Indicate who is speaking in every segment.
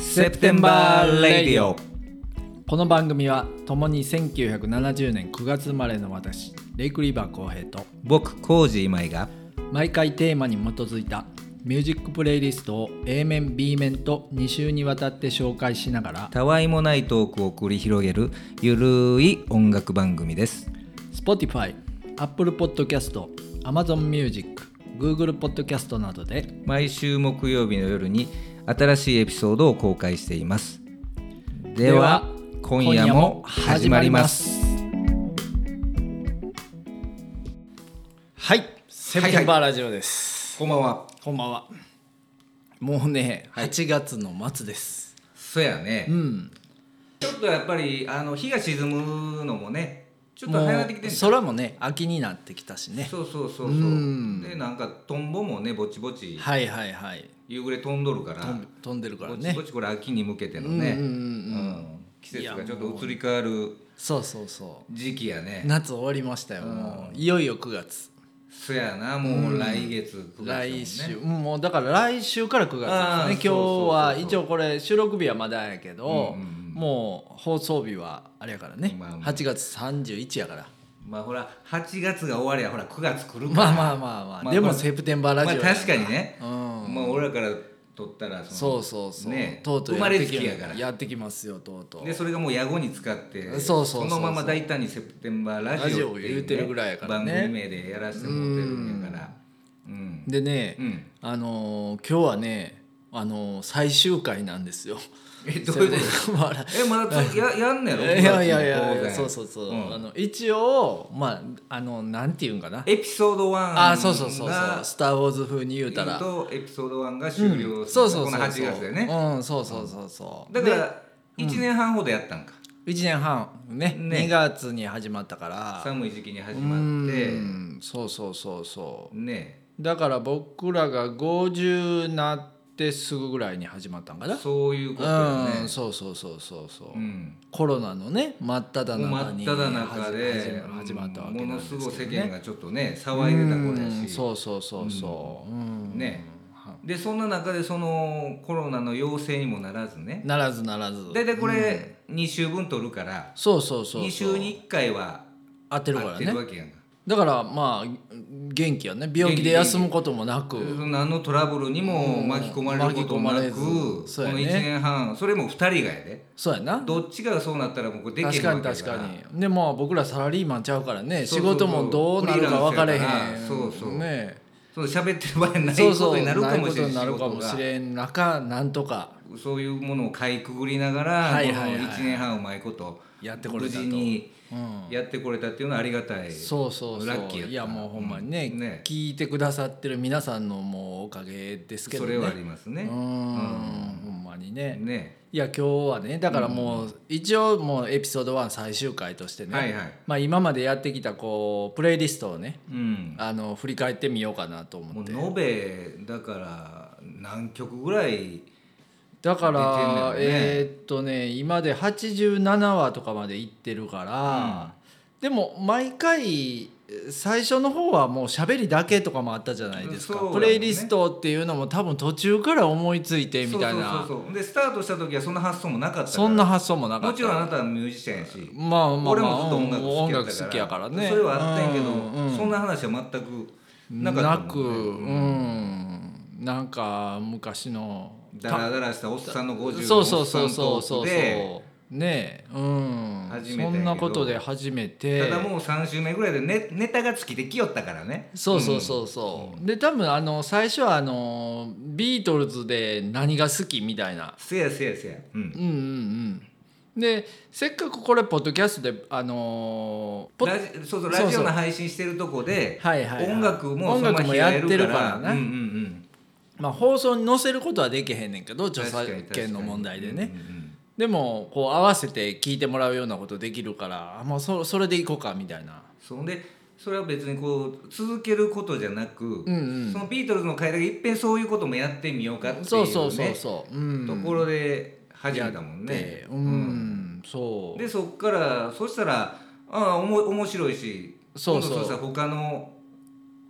Speaker 1: September Radio
Speaker 2: この番組は共に1970年9月生まれの私レイク・リーバー浩平と
Speaker 1: 僕コージ今井が
Speaker 2: 毎回テーマに基づいたミュージックプレイリストを A 面 B 面と2週にわたって紹介しながら
Speaker 1: たわいもないトークを繰り広げるゆるい音楽番組です
Speaker 2: Spotify、Apple Podcast、Amazon Music、Google Podcast などで
Speaker 1: 毎週木曜日の夜に新しいエピソードを公開していますでは
Speaker 2: では
Speaker 1: 今夜も始まります
Speaker 2: はい、セ
Speaker 1: プテンバー
Speaker 2: ラジオです、
Speaker 1: こんばんは
Speaker 2: こんばんはもうね、8月の末です
Speaker 1: そやね、
Speaker 2: うん
Speaker 1: ちょっとやっぱりあの日が沈むのもねちょっと
Speaker 2: もう
Speaker 1: 早なってきてんね
Speaker 2: 空もね秋になってきたしね
Speaker 1: そうそうそうそう
Speaker 2: うん
Speaker 1: でなんかトンボもねぼちぼち
Speaker 2: はいはいはい
Speaker 1: 夕暮れ飛んどるから
Speaker 2: 飛ん飛んでるから
Speaker 1: ぼ
Speaker 2: ね
Speaker 1: ちぼちこれ秋に向けてのね、
Speaker 2: うんうんうん
Speaker 1: うん季節がちょっと移り変わる
Speaker 2: そうそうそう
Speaker 1: 時期やね
Speaker 2: 夏終わりましたよ、もういよいよ9月
Speaker 1: そやなもう来月9月だもんね
Speaker 2: 来週、うんもうだから来週から9
Speaker 1: あー
Speaker 2: 月ですね今日
Speaker 1: そうそうそう
Speaker 2: は
Speaker 1: そう
Speaker 2: 一応これ収録日はまだやけど、
Speaker 1: うんうんうん
Speaker 2: もう放送日はあれやからね、
Speaker 1: まあまあ
Speaker 2: 8月31やから
Speaker 1: まあほら8月が終わりやほら9月来るから
Speaker 2: まあまあまあまあ、
Speaker 1: まあ
Speaker 2: でも
Speaker 1: まあ
Speaker 2: セプテンバーラジオや
Speaker 1: まあ確かにね
Speaker 2: うん、
Speaker 1: まあ俺らから取ったら
Speaker 2: そ
Speaker 1: そう
Speaker 2: そうそう、
Speaker 1: ね
Speaker 2: とうとう
Speaker 1: 生まれつきやから
Speaker 2: やってきますよとうとう
Speaker 1: でそれがもう野後に使って
Speaker 2: そうそうそうそ
Speaker 1: の
Speaker 2: う
Speaker 1: まま大胆に「セプテンバーラジオ」
Speaker 2: ラジオ言うてるぐらいやからね
Speaker 1: 番組名でやらせてもらってるんやからうん
Speaker 2: でね、
Speaker 1: うん
Speaker 2: あのー今日はね、あのー最終回なんですよ。
Speaker 1: えどういうこと
Speaker 2: セブンバラ
Speaker 1: えまだつややんねやろ
Speaker 2: いやいやい
Speaker 1: 9月の
Speaker 2: やい
Speaker 1: 当
Speaker 2: や
Speaker 1: 然
Speaker 2: そうそうそう、
Speaker 1: ん
Speaker 2: あの一応まああのなんていうんかな
Speaker 1: エピソード1が
Speaker 2: あそうそうそうそう「スター・ウォーズ」風に言うたら
Speaker 1: とエピソード1が終了す
Speaker 2: そ
Speaker 1: る
Speaker 2: うそうそう
Speaker 1: この8月でね
Speaker 2: うんそうそうそうそう
Speaker 1: だから1年半ほどやったんか
Speaker 2: 1年半ね
Speaker 1: ね
Speaker 2: 2月に始まったから
Speaker 1: 寒い時期に始
Speaker 2: う
Speaker 1: まって
Speaker 2: んそうそうそうそう
Speaker 1: ね
Speaker 2: だから僕らが50なってすぐぐらいに始まったんかな
Speaker 1: そういうことよね
Speaker 2: うんそうそうそうそうそう、
Speaker 1: うん
Speaker 2: コロナのね真っ只
Speaker 1: もう
Speaker 2: 中
Speaker 1: 真
Speaker 2: に
Speaker 1: っ只中
Speaker 2: 始
Speaker 1: で
Speaker 2: ま始まったわけ
Speaker 1: も
Speaker 2: なん
Speaker 1: の
Speaker 2: ですすけ
Speaker 1: ご
Speaker 2: ど、
Speaker 1: い
Speaker 2: ね、
Speaker 1: 世間がちょっとね騒いでた頃や
Speaker 2: うん
Speaker 1: し
Speaker 2: そうそうそうそう、うん
Speaker 1: ね
Speaker 2: は
Speaker 1: でそんな中でそのコロナの陽性にもならずね
Speaker 2: ならずならず
Speaker 1: 大体これ2週分取るから
Speaker 2: そうそうそうそう
Speaker 1: 2週に1回は
Speaker 2: 当てるか
Speaker 1: 合っ
Speaker 2: ら
Speaker 1: てる
Speaker 2: ね
Speaker 1: わけやんか
Speaker 2: だからまあ元気やね病気で休むこともなく
Speaker 1: 何のトラブルにも巻き込まれることもな
Speaker 2: 巻
Speaker 1: く、
Speaker 2: き込まれず
Speaker 1: こ
Speaker 2: そうや
Speaker 1: の
Speaker 2: ね
Speaker 1: 1年半それも2人がやで
Speaker 2: そうやな
Speaker 1: どっちかがそうなったらもうこれできへん
Speaker 2: 確かに
Speaker 1: わけや
Speaker 2: 確かにでも僕らサラリーマンちゃうからね仕事もどうなるか分かれへん
Speaker 1: そうそう
Speaker 2: ね
Speaker 1: そう喋ってる場合ない
Speaker 2: そう
Speaker 1: こと
Speaker 2: そう
Speaker 1: になるかもしれん仕
Speaker 2: なる
Speaker 1: 事
Speaker 2: ことになるかもし
Speaker 1: が
Speaker 2: れん中なんとか
Speaker 1: そういうものをかいくぐりながら、
Speaker 2: はいはいはい
Speaker 1: この1年半うまいこと
Speaker 2: やってこ
Speaker 1: 無
Speaker 2: れた
Speaker 1: 事
Speaker 2: と
Speaker 1: に
Speaker 2: うん
Speaker 1: やってこれたっていうのはありがたい、
Speaker 2: そうそうそう
Speaker 1: ラッキーやった
Speaker 2: いやもうほんまにね,、
Speaker 1: うんね
Speaker 2: 聞いてくださってる皆さんのもうおかげですけど
Speaker 1: そ
Speaker 2: ね
Speaker 1: れはありますね
Speaker 2: うーんほんまにね
Speaker 1: ね
Speaker 2: いや今日はねだからもう、一応もうエピソード1最終回としてね、
Speaker 1: はいはい
Speaker 2: まあ、今までやってきたこうプレイリストをね
Speaker 1: うん
Speaker 2: あの振り返ってみようかなと
Speaker 1: も
Speaker 2: 思
Speaker 1: う
Speaker 2: って
Speaker 1: 延べだから何曲ぐらい
Speaker 2: だから
Speaker 1: 出てんねんね
Speaker 2: えーっとね今で87話とかまでいってるから、でも毎回最初の方はもう喋りだけとかもあったじゃないです
Speaker 1: そう
Speaker 2: か、
Speaker 1: だもんね
Speaker 2: プレイリストっていうのも多分途中から思いついてみたいなそ
Speaker 1: そうそうそうそうでスタートした時はそんな発想もなかったから
Speaker 2: んな発想もなかった
Speaker 1: もちろんあなたはミュージシャンやし、
Speaker 2: まあまあ、まあ、
Speaker 1: 俺もずっと音楽好きやった
Speaker 2: 音楽
Speaker 1: から
Speaker 2: 好きやからね
Speaker 1: それはあったんやけど、
Speaker 2: うんうん
Speaker 1: そんな話は全くな
Speaker 2: な
Speaker 1: かった
Speaker 2: くう
Speaker 1: もんね
Speaker 2: んなんか昔の
Speaker 1: ダラダラしたおっさんの50
Speaker 2: そうそうそうそう
Speaker 1: おっさんトー
Speaker 2: そう
Speaker 1: ク
Speaker 2: そ
Speaker 1: で
Speaker 2: うねえうん
Speaker 1: 初めてや
Speaker 2: そ
Speaker 1: けど
Speaker 2: んなことで初めて
Speaker 1: ただもう3週目ぐらいでネネタが尽きてきよったからね
Speaker 2: そうそうそうそう、で多分あの最初はあのビートルズで何が好きみたいな
Speaker 1: せやせやせやうん
Speaker 2: うんうんうんでせっかくこれポッドキャストであのポッ
Speaker 1: ラジそうそう
Speaker 2: そうそう
Speaker 1: ラジオの配信してるとこで
Speaker 2: はいはいはい
Speaker 1: 音楽も
Speaker 2: 音楽もやってるから
Speaker 1: な
Speaker 2: な
Speaker 1: うんうんうん
Speaker 2: まあ、放送に載せることはできへんねんけど著
Speaker 1: 確か
Speaker 2: 作
Speaker 1: に確かに
Speaker 2: 権の問題でね、
Speaker 1: うんうん
Speaker 2: でもこう合わせて聞いてもらうようなことできるからあもうそそれでいこうかみたいな
Speaker 1: そんでそれは別にこう続けることじゃなく、
Speaker 2: うんうん
Speaker 1: そのビートルズの回だけいっぺんそういうこともやってみようかっていう、ね、
Speaker 2: そうそうそうそう、うん、
Speaker 1: ところで始めたもんね
Speaker 2: で。うん、そう
Speaker 1: でそっからそしたらああおも面白いし
Speaker 2: そうそう
Speaker 1: 今度そしたら他の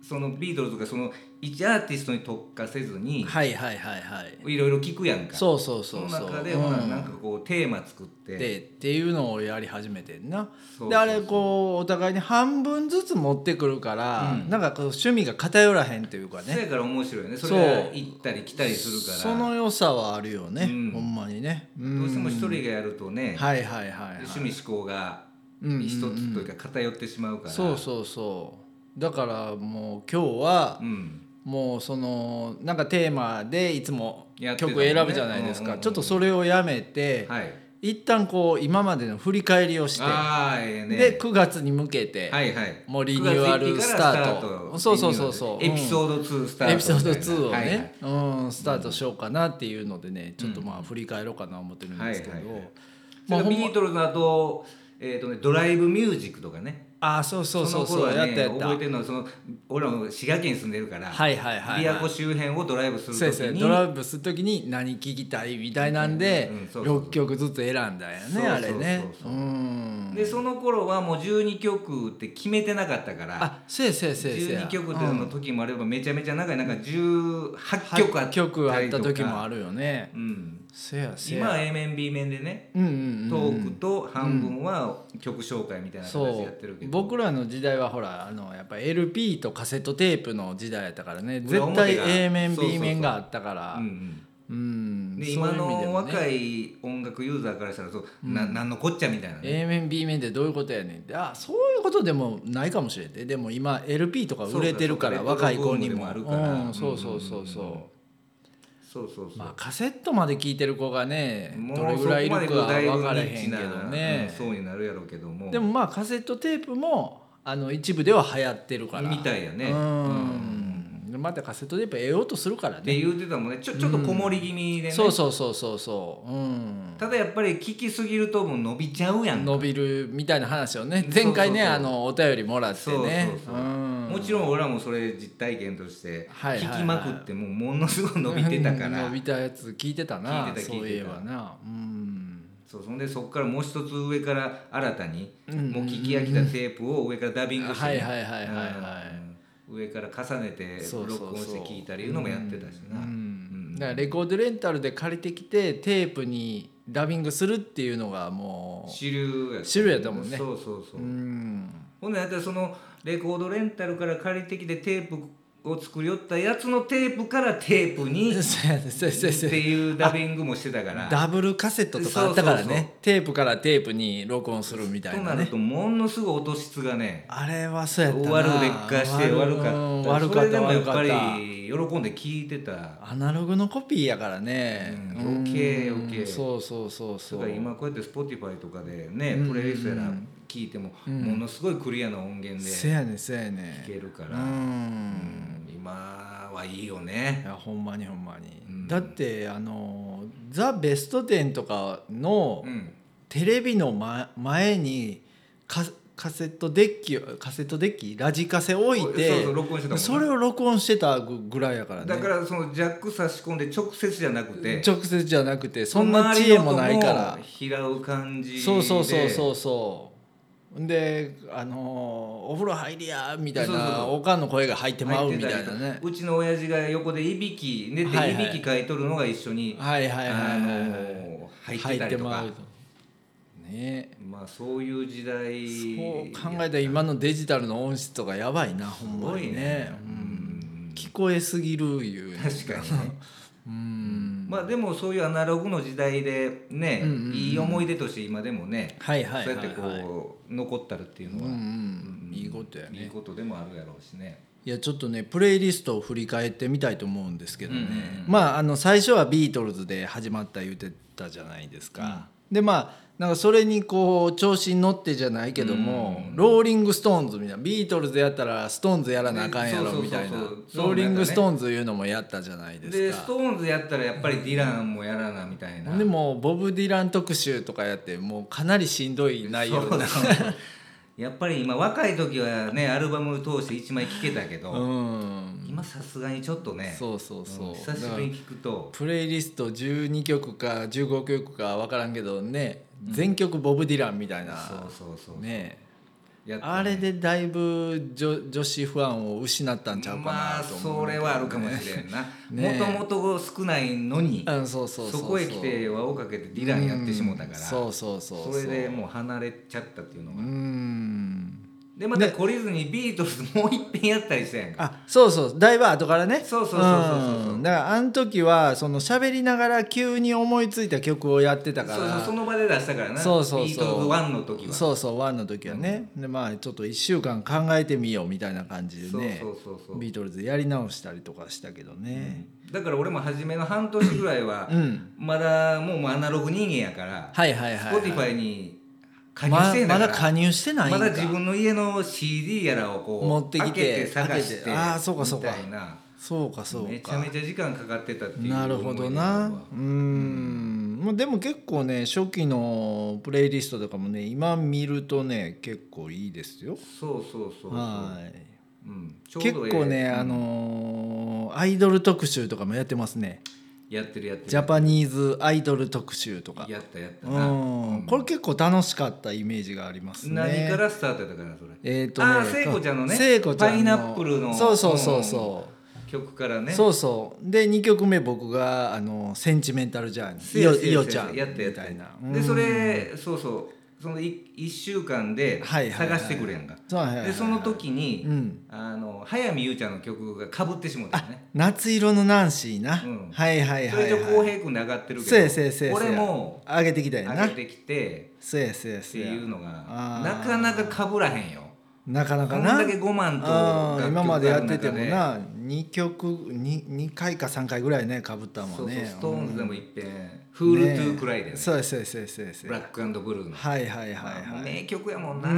Speaker 1: そのビートルズとかその一アーティストに特化せずに
Speaker 2: はいはいはいはい
Speaker 1: いろいろ聞くやんか
Speaker 2: そうそうそう
Speaker 1: そ
Speaker 2: そう
Speaker 1: の中で、
Speaker 2: う
Speaker 1: ほら
Speaker 2: ん
Speaker 1: なんかこうテーマ作って
Speaker 2: でっていうのをやり始めてんな
Speaker 1: そうそうそう
Speaker 2: であれこうお互いに半分ずつ持ってくるから、
Speaker 1: うん
Speaker 2: なんかこう趣味が偏らへんというか
Speaker 1: そ
Speaker 2: ね
Speaker 1: やから面白いよねそ
Speaker 2: そう
Speaker 1: れが行ったり来たりするから
Speaker 2: その良さはあるよね、
Speaker 1: うん
Speaker 2: ほんまにね、うん
Speaker 1: どうしても一人がやるとね、
Speaker 2: はいはいはい、はい、
Speaker 1: 趣味嗜好が
Speaker 2: うんうんうん
Speaker 1: 一つというか偏ってしまうから、
Speaker 2: そうそうそうだからもう今日は
Speaker 1: うん
Speaker 2: もうそのなんかテーマでいつも
Speaker 1: やってたの
Speaker 2: 曲
Speaker 1: ね
Speaker 2: 選ぶじゃないです
Speaker 1: うんうん
Speaker 2: か、
Speaker 1: うん
Speaker 2: ちょっとそれをやめて、
Speaker 1: はい
Speaker 2: 一旦こう今までの振り返りをして、
Speaker 1: ああええね
Speaker 2: で9月に向けて、
Speaker 1: はいはい
Speaker 2: もうリニューアルスタートそうそうそうそう
Speaker 1: エピソード2スタート
Speaker 2: エピソード2を
Speaker 1: はいはい
Speaker 2: ね、うん、スタートしようかなっていうのでねちょっとまあ振り返ろうかな思ってるんですけど、
Speaker 1: はいはいはいそ
Speaker 2: ま
Speaker 1: れか
Speaker 2: あほん
Speaker 1: ビ
Speaker 2: ま
Speaker 1: ートルズの後、えーとね、ドライブミュージックとかね
Speaker 2: あそうそうそうそう、
Speaker 1: の頃
Speaker 2: や
Speaker 1: は
Speaker 2: っ
Speaker 1: ね
Speaker 2: たやった
Speaker 1: 覚え
Speaker 2: は
Speaker 1: てるのはその俺らも滋賀県に住んでるから、
Speaker 2: いはいは
Speaker 1: 琵
Speaker 2: い、
Speaker 1: 琶
Speaker 2: は
Speaker 1: 湖
Speaker 2: い、
Speaker 1: 周辺をドライブする
Speaker 2: そう
Speaker 1: と
Speaker 2: で
Speaker 1: き
Speaker 2: すね
Speaker 1: に
Speaker 2: ドライブする時に何聴きたいみたいなんで、
Speaker 1: うんうんうんそうそうそう
Speaker 2: 6曲ずつ選んだよね
Speaker 1: そうそうそうそう
Speaker 2: あれねうん
Speaker 1: でその頃はもう12曲って決めてなかったから
Speaker 2: あせいせいせいせい
Speaker 1: 12曲っていうの時もあればめちゃめちゃ長いなんか18曲あったりとか
Speaker 2: 曲あった時もあるよね
Speaker 1: うん、
Speaker 2: せやせ
Speaker 1: 今
Speaker 2: や
Speaker 1: は A 面 B 面でね
Speaker 2: うんうんうん
Speaker 1: トークと半分は曲紹介みたいな形で
Speaker 2: そ
Speaker 1: やってるけ
Speaker 2: う
Speaker 1: ど
Speaker 2: 僕らの時代はほらあのやっぱ LP とカセットテープの時代やったからね
Speaker 1: 裏
Speaker 2: 絶
Speaker 1: 表が
Speaker 2: 対 A 面
Speaker 1: そうそうそう
Speaker 2: B 面があったから
Speaker 1: うんうん
Speaker 2: うん
Speaker 1: で
Speaker 2: そうい
Speaker 1: 今
Speaker 2: う意味で
Speaker 1: の
Speaker 2: もね
Speaker 1: 若い音楽ユーザーからしたらそう、ななんのこっちゃみたいなね、
Speaker 2: A 面 B 面ってどういうことやねんってあそういうことでもないかもしれんででも今 LP とか売れてるから
Speaker 1: そうかそうか
Speaker 2: 若い子にも
Speaker 1: レトロブームでもあるから
Speaker 2: うん、そうそうそうそう、
Speaker 1: そうそうそう、
Speaker 2: まあカセットまで聴いてる子がね
Speaker 1: もう
Speaker 2: どれぐらいいるかは
Speaker 1: そこ
Speaker 2: 分
Speaker 1: ま
Speaker 2: か
Speaker 1: で
Speaker 2: れ
Speaker 1: こうだいぶニッ
Speaker 2: へ
Speaker 1: チ
Speaker 2: んけ
Speaker 1: な
Speaker 2: どね
Speaker 1: うん、そうになるやろうけども
Speaker 2: でもまあカセットテープもあの一部では流行ってるから
Speaker 1: みたいやね
Speaker 2: う
Speaker 1: うん
Speaker 2: ん、またカセットテープ得ようとするから
Speaker 1: って
Speaker 2: ね
Speaker 1: 言うてたもんねちょちょっとこもり気味でね、
Speaker 2: そうそうそうそうそううん
Speaker 1: ただやっぱり聞きすぎるともう伸びちゃうやんか
Speaker 2: 伸びるみたいな話を
Speaker 1: そう
Speaker 2: ね
Speaker 1: そうそう
Speaker 2: 前回ねあのお便りもらってね
Speaker 1: そうそうそう
Speaker 2: うん
Speaker 1: もちろん俺らもそれ実体験として
Speaker 2: はいはいはい
Speaker 1: 聞きまくってもうものすごい伸びてたから、
Speaker 2: 伸びたやつ聞いてたな
Speaker 1: 聞いてた聞いてた
Speaker 2: そういえばなうん
Speaker 1: そうそんでそこからもう一つ上から新たにもう聞き飽きたテープを上からダビングして、
Speaker 2: はいはいはいはいはい
Speaker 1: うん上から重ねて
Speaker 2: そうそうそう
Speaker 1: 録音して聞いたりいうのもやってたしな
Speaker 2: う
Speaker 1: うん
Speaker 2: んだからレコードレンタルで借りてきてテープにダビングするっていうのがも
Speaker 1: 主流やった
Speaker 2: 主流やったもんね
Speaker 1: そうそうそうう、
Speaker 2: うん
Speaker 1: ほんであとそのレコードレンタルから借りてきてテープを作り寄ったやつのテープからテープにっ
Speaker 2: そうやねそうそうそう
Speaker 1: ていうダビングもしてたから
Speaker 2: ダブルカセットとかあったからね
Speaker 1: そうそうそう
Speaker 2: テープからテープに録音するみた
Speaker 1: と
Speaker 2: い
Speaker 1: な
Speaker 2: な
Speaker 1: る
Speaker 2: ね
Speaker 1: とものすごい音質がね
Speaker 2: あれはそうやったな
Speaker 1: 悪劣化して悪か
Speaker 2: うん
Speaker 1: った
Speaker 2: 悪
Speaker 1: そ
Speaker 2: か
Speaker 1: れ
Speaker 2: っ
Speaker 1: で
Speaker 2: た
Speaker 1: もや
Speaker 2: 悪
Speaker 1: っ
Speaker 2: か
Speaker 1: ぱ
Speaker 2: っ
Speaker 1: り
Speaker 2: た
Speaker 1: 喜んで聞いてた
Speaker 2: アナログのコピーやからね、
Speaker 1: うん余計
Speaker 2: うん
Speaker 1: 余計
Speaker 2: そうそうそうそ
Speaker 1: だ
Speaker 2: う
Speaker 1: から今こうやって Spotify とかでね、プレイリストやら聞いても、ものすごいクリアな音源で
Speaker 2: せ
Speaker 1: 聴
Speaker 2: やねせやね
Speaker 1: けるから、
Speaker 2: う
Speaker 1: うんん今はいいよ
Speaker 2: い
Speaker 1: ね。
Speaker 2: やほんまにほんまに、
Speaker 1: うん
Speaker 2: だってあの「ザ・ベストテン」とかの
Speaker 1: うん、
Speaker 2: テレビの、ま、前にカカセットデッキカセットデッキラジカセ置いて
Speaker 1: そうそう録音してたもんね
Speaker 2: それを録音してたぐぐらいやからね
Speaker 1: だからそのジャック差し込んで直接じゃなくて
Speaker 2: 直接じゃなくてそんな知恵もないから
Speaker 1: 周りの音も拾う感じで
Speaker 2: そうそうそうそうそうであのーお風呂入りや」みたい
Speaker 1: そうそう
Speaker 2: な
Speaker 1: そう
Speaker 2: おかんの声が入ってまう
Speaker 1: 入っ
Speaker 2: み
Speaker 1: て
Speaker 2: た
Speaker 1: た
Speaker 2: い
Speaker 1: り
Speaker 2: な
Speaker 1: とか
Speaker 2: ね
Speaker 1: うちの親父が横でいびき寝
Speaker 2: は
Speaker 1: て
Speaker 2: い
Speaker 1: い
Speaker 2: はい
Speaker 1: びきかいとるのが一緒に、
Speaker 2: はいはいはいはいはい
Speaker 1: あの入ってたりとか
Speaker 2: 入ってまうね
Speaker 1: まあそういう時代
Speaker 2: そう考えたら今のデジタルの音質とかやばいなほんまにね
Speaker 1: う
Speaker 2: うん
Speaker 1: ん
Speaker 2: 聞こえすぎるいうね
Speaker 1: 確かにね
Speaker 2: うん
Speaker 1: まあでもそういうアナログの時代でね、
Speaker 2: うんうんうん
Speaker 1: いい思い出として今でもね、
Speaker 2: はいはいはい
Speaker 1: そうやって
Speaker 2: はい
Speaker 1: こう残ったるっていう
Speaker 2: うん
Speaker 1: の
Speaker 2: う
Speaker 1: は、
Speaker 2: んいいことやね
Speaker 1: いいことでもあるやろうしね。
Speaker 2: いやちょっとねプレイリストを振り返ってみたいと思うんですけどね、
Speaker 1: うんうんうん
Speaker 2: まああの最初はビートルズで始まった言ってたじゃないですか、でまあなんかそれにこう調子に乗ってじゃないけども、ローリング・ストーンズみたいなビートルズやったらストーンズやらなあかんや
Speaker 1: ねそ
Speaker 2: ろ
Speaker 1: うそうそう
Speaker 2: みたいな
Speaker 1: そう
Speaker 2: ローリング・ストーンズいうのもやったじゃないですか
Speaker 1: でストーンズやったらやっぱりディランもやらなみたいな。
Speaker 2: でもボブ・ディラン特集とかやってもうかなりしんどい内容
Speaker 1: そう
Speaker 2: な
Speaker 1: そうやっぱり今若い時はねアルバムを通して1枚聴けたけど、
Speaker 2: うん
Speaker 1: 今さすがにちょっとね
Speaker 2: そうそうそう、
Speaker 1: うん久しぶりに聴くと
Speaker 2: プレイリスト12曲か15曲か分からんけどね全曲ボブ・ディランみたいな、
Speaker 1: そうそうそう、
Speaker 2: ね
Speaker 1: やったね
Speaker 2: あれでだいぶ女女子ファンを失ったんちゃうか
Speaker 1: ま
Speaker 2: な
Speaker 1: あ
Speaker 2: と思う
Speaker 1: それはあるかもしれんなも
Speaker 2: ね
Speaker 1: ともと少ないのに
Speaker 2: うんそうそう
Speaker 1: そうこへ来て輪をかけてディランやってしもたから
Speaker 2: うんそうそうそう
Speaker 1: それでもう離れちゃったっていうの
Speaker 2: う
Speaker 1: が
Speaker 2: ん
Speaker 1: でまた懲りずにビートルズもう一遍やったりしたやんか
Speaker 2: あそうそうだいぶ後からね
Speaker 1: そうそうそうそうそうそうん
Speaker 2: だからあの時はその喋りながら急に思いついた曲をやって
Speaker 1: そ
Speaker 2: たか
Speaker 1: うそう
Speaker 2: ら
Speaker 1: その場で出したからな
Speaker 2: そうそうそう
Speaker 1: ビートルズ1の時は
Speaker 2: そうそうワンの時はね、でまあちょっと1週間考えてみようみたいな感じでね
Speaker 1: そうそうそうそう
Speaker 2: ビートルズやり直したりとかしたけどね、
Speaker 1: だから俺も初めの半年ぐらいは
Speaker 2: うん
Speaker 1: まだもうアナログ人間やから
Speaker 2: はいはいはい、はい、
Speaker 1: Spotify に加入
Speaker 2: ま
Speaker 1: してんだ
Speaker 2: ま
Speaker 1: から
Speaker 2: だ加入してないんか
Speaker 1: まだ自分の家の CD やらをこう
Speaker 2: 持ってきて
Speaker 1: 開けて探し
Speaker 2: 開け
Speaker 1: て
Speaker 2: てあーそうかそうか
Speaker 1: みたいな
Speaker 2: そうかそうか
Speaker 1: めちゃめちゃ時間かかってたっていう
Speaker 2: なるほどなうーんまあでも結構ね初期のプレイリストとかもね今見るとね結構いいですよ
Speaker 1: そうそうそうそう、
Speaker 2: はい
Speaker 1: うん、ちょうどえ
Speaker 2: 結
Speaker 1: え
Speaker 2: 構ねあのーアイドル特集とかもやってますね
Speaker 1: やってるやってる
Speaker 2: ジャパニーズアイドル特集とか
Speaker 1: やったやった
Speaker 2: う
Speaker 1: な、
Speaker 2: んこれ結構楽しかったイメージがありますね
Speaker 1: 何からスタートやったかなそれ
Speaker 2: えっと
Speaker 1: あー聖子ちゃんのね
Speaker 2: 聖子ちゃんの
Speaker 1: パイナップルの
Speaker 2: そうそうそうそう
Speaker 1: 曲からね
Speaker 2: そうそうで2曲目僕があの「センチメンタル・ジャーニー」
Speaker 1: せやせや
Speaker 2: いよちゃんみ
Speaker 1: やったやった
Speaker 2: たいな
Speaker 1: でそ
Speaker 2: うん
Speaker 1: れそうそうその1週間で
Speaker 2: はい
Speaker 1: 探
Speaker 2: はいはい
Speaker 1: してくれやんか、
Speaker 2: そうはいはいはい
Speaker 1: でその時に、
Speaker 2: うん
Speaker 1: あの早見優ちゃんの曲がかぶってしもうたよね
Speaker 2: 夏色のナンシーな、
Speaker 1: うん
Speaker 2: はいはい
Speaker 1: そ
Speaker 2: はい、は
Speaker 1: れ
Speaker 2: い、
Speaker 1: 以上浩平君で上がってるけど
Speaker 2: せやせやせや
Speaker 1: 俺も
Speaker 2: 上げてきたよ
Speaker 1: 上
Speaker 2: な
Speaker 1: げてきて
Speaker 2: せやせや
Speaker 1: って
Speaker 2: せや
Speaker 1: いうのが
Speaker 2: あ
Speaker 1: な
Speaker 2: ー
Speaker 1: かなかかぶらへんよ
Speaker 2: なかな
Speaker 1: こ
Speaker 2: か
Speaker 1: ん
Speaker 2: な
Speaker 1: だけ5万と
Speaker 2: あー今までやって
Speaker 1: 楽
Speaker 2: て
Speaker 1: 曲
Speaker 2: も
Speaker 1: がある中
Speaker 2: な2曲 2, 2回か3回ぐらいねかぶったもん
Speaker 1: そうそう
Speaker 2: ね
Speaker 1: ストーンズでもいっぺん「フ
Speaker 2: う
Speaker 1: ー
Speaker 2: ん
Speaker 1: ル・
Speaker 2: ね
Speaker 1: トゥ・ークライ」でね
Speaker 2: そうやそうやそうやそうやそ
Speaker 1: ブ
Speaker 2: う
Speaker 1: ラ
Speaker 2: や
Speaker 1: ックブルーの、
Speaker 2: はいはいはい
Speaker 1: まあ
Speaker 2: はい
Speaker 1: 名曲やもん
Speaker 2: う
Speaker 1: な、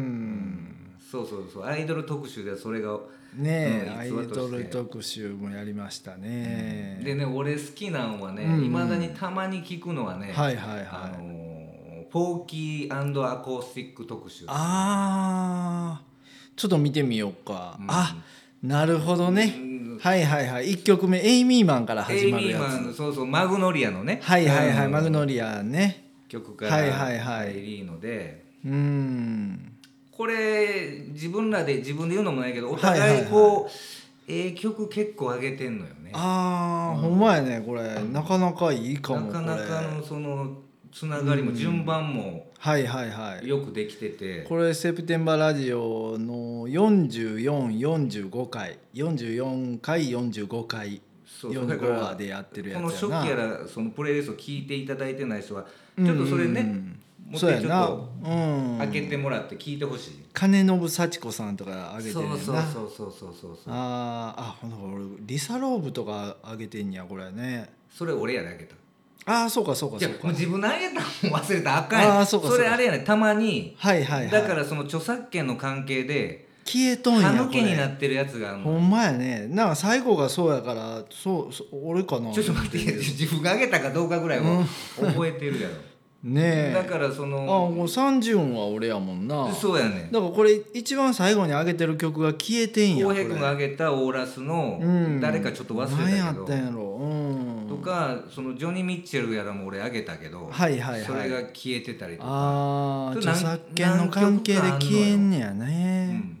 Speaker 2: ん
Speaker 1: そうそうそうアイドル特集ではそれが、
Speaker 2: ねえ、
Speaker 1: うん
Speaker 2: アイ
Speaker 1: 逸話として
Speaker 2: ドル特集もやりましたね、
Speaker 1: でね俺好きなんはね
Speaker 2: うんうん
Speaker 1: いま、未だにたまに聞くのはね、
Speaker 2: はいはいはい
Speaker 1: あのーフォーキーアコースティック特集
Speaker 2: あーちょっと見てみようか、
Speaker 1: うん
Speaker 2: あなるほどね、
Speaker 1: うん
Speaker 2: はいはいはい1曲目エイミーマンから
Speaker 1: エ
Speaker 2: 始
Speaker 1: イ
Speaker 2: まる
Speaker 1: ミー
Speaker 2: や
Speaker 1: マ
Speaker 2: つ
Speaker 1: ンのそうそうマグノリアのね
Speaker 2: はいはいはい、
Speaker 1: うん
Speaker 2: マグノリアね
Speaker 1: 曲から
Speaker 2: はいはいはい
Speaker 1: 入りので
Speaker 2: うーん
Speaker 1: これ自分らで自分で言うのもないけどお
Speaker 2: はいは
Speaker 1: 互
Speaker 2: いはい
Speaker 1: いこう、ええ曲結構上げてんのよね
Speaker 2: あー、ほんまやねこれなかなかいいかも
Speaker 1: なかなか
Speaker 2: これ
Speaker 1: のそのつながりも順番も
Speaker 2: はいはいはい
Speaker 1: よくできてて、
Speaker 2: これ「セプテンバーラジオ」の4445回44回45回
Speaker 1: そうそうだ
Speaker 2: 45
Speaker 1: から
Speaker 2: 話でやってるや
Speaker 1: この
Speaker 2: つや
Speaker 1: 初期
Speaker 2: な
Speaker 1: やらそのプレイリストを聞いていただいてない人はちょっとそれね、
Speaker 2: うん
Speaker 1: 持っ
Speaker 2: そう
Speaker 1: て
Speaker 2: や
Speaker 1: ちょっ
Speaker 2: な
Speaker 1: と
Speaker 2: うん
Speaker 1: 開けてもらって聞いてほしい、
Speaker 2: 金信幸子さんとかあげて
Speaker 1: そ
Speaker 2: るやん
Speaker 1: う
Speaker 2: な
Speaker 1: そうそうそうそうそうそう
Speaker 2: あーあほんと俺リサローブとかあげてんやこれね
Speaker 1: それ俺やであげた
Speaker 2: ああそうかそうか
Speaker 1: じ
Speaker 2: そ
Speaker 1: ゃ
Speaker 2: う
Speaker 1: も
Speaker 2: か
Speaker 1: う自分のあげたもん忘れたらあかんやん
Speaker 2: あーそうかそうか
Speaker 1: れあれやねたまに、
Speaker 2: はいはいはい
Speaker 1: だからその著作権の関係で
Speaker 2: 消えとんや
Speaker 1: 歯抜
Speaker 2: こ
Speaker 1: けにな
Speaker 2: れ
Speaker 1: ってるやつがあるの
Speaker 2: ほんまやねなんか最後がそうやからそうそう俺かな
Speaker 1: ちょっと待って自分があげたかどうかぐらいは覚えてるやろ、
Speaker 2: ねえ
Speaker 1: だからそ
Speaker 2: あ
Speaker 1: の
Speaker 2: もう30音は俺やもんな
Speaker 1: そうやね
Speaker 2: だからこれ一番最後に上げてる曲が消えてんや
Speaker 1: 浩
Speaker 2: こ
Speaker 1: 平
Speaker 2: れ
Speaker 1: 君があげたオーラスの
Speaker 2: うん
Speaker 1: 誰かちょっと忘
Speaker 2: 何
Speaker 1: れ
Speaker 2: や
Speaker 1: た
Speaker 2: っ
Speaker 1: け
Speaker 2: た
Speaker 1: ど
Speaker 2: んやろうん
Speaker 1: とかそのジョニー・ミッチェルやらも俺あげたけど
Speaker 2: はいはいはい
Speaker 1: それが消えてたりとか
Speaker 2: あー
Speaker 1: ちょ
Speaker 2: 著
Speaker 1: っと
Speaker 2: 作権の関係で消えんねや
Speaker 1: う
Speaker 2: ね、
Speaker 1: ん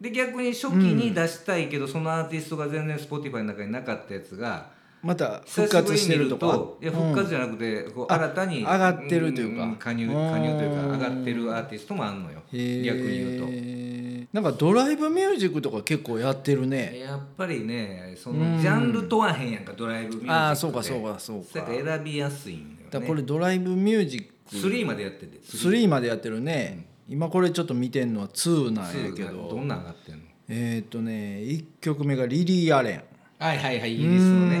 Speaker 1: で逆に初期に出したいけどそのアーティストが全然 Spotify の中になかったやつが
Speaker 2: また
Speaker 1: 久しぶ
Speaker 2: 復活
Speaker 1: り
Speaker 2: し
Speaker 1: に
Speaker 2: て
Speaker 1: 見
Speaker 2: る
Speaker 1: る
Speaker 2: とか
Speaker 1: といや復活じゃなくてこう
Speaker 2: あ
Speaker 1: 新たに
Speaker 2: 上がってるというか
Speaker 1: んん加入
Speaker 2: うん
Speaker 1: 加入というか上がってるアーティストもあんのよ逆に言うと
Speaker 2: 言うとなんかドライブミュージックとか結構やってるね
Speaker 1: やっぱりねそのジャンル問わへんやんかドライブミュージックって
Speaker 2: ああそうかそうかそうか
Speaker 1: だから選びやすいんだよ
Speaker 2: だから
Speaker 1: ね
Speaker 2: これドライブミュージック
Speaker 1: 3までやってて
Speaker 2: 3までやってるね、今これちょっと見てんのは2なんや
Speaker 1: ツ
Speaker 2: け
Speaker 1: ーが
Speaker 2: ど
Speaker 1: どんなん上がってんの
Speaker 2: えーっ、とね1曲目がリリー・アレン
Speaker 1: はいはいはいイギリスのね
Speaker 2: うーん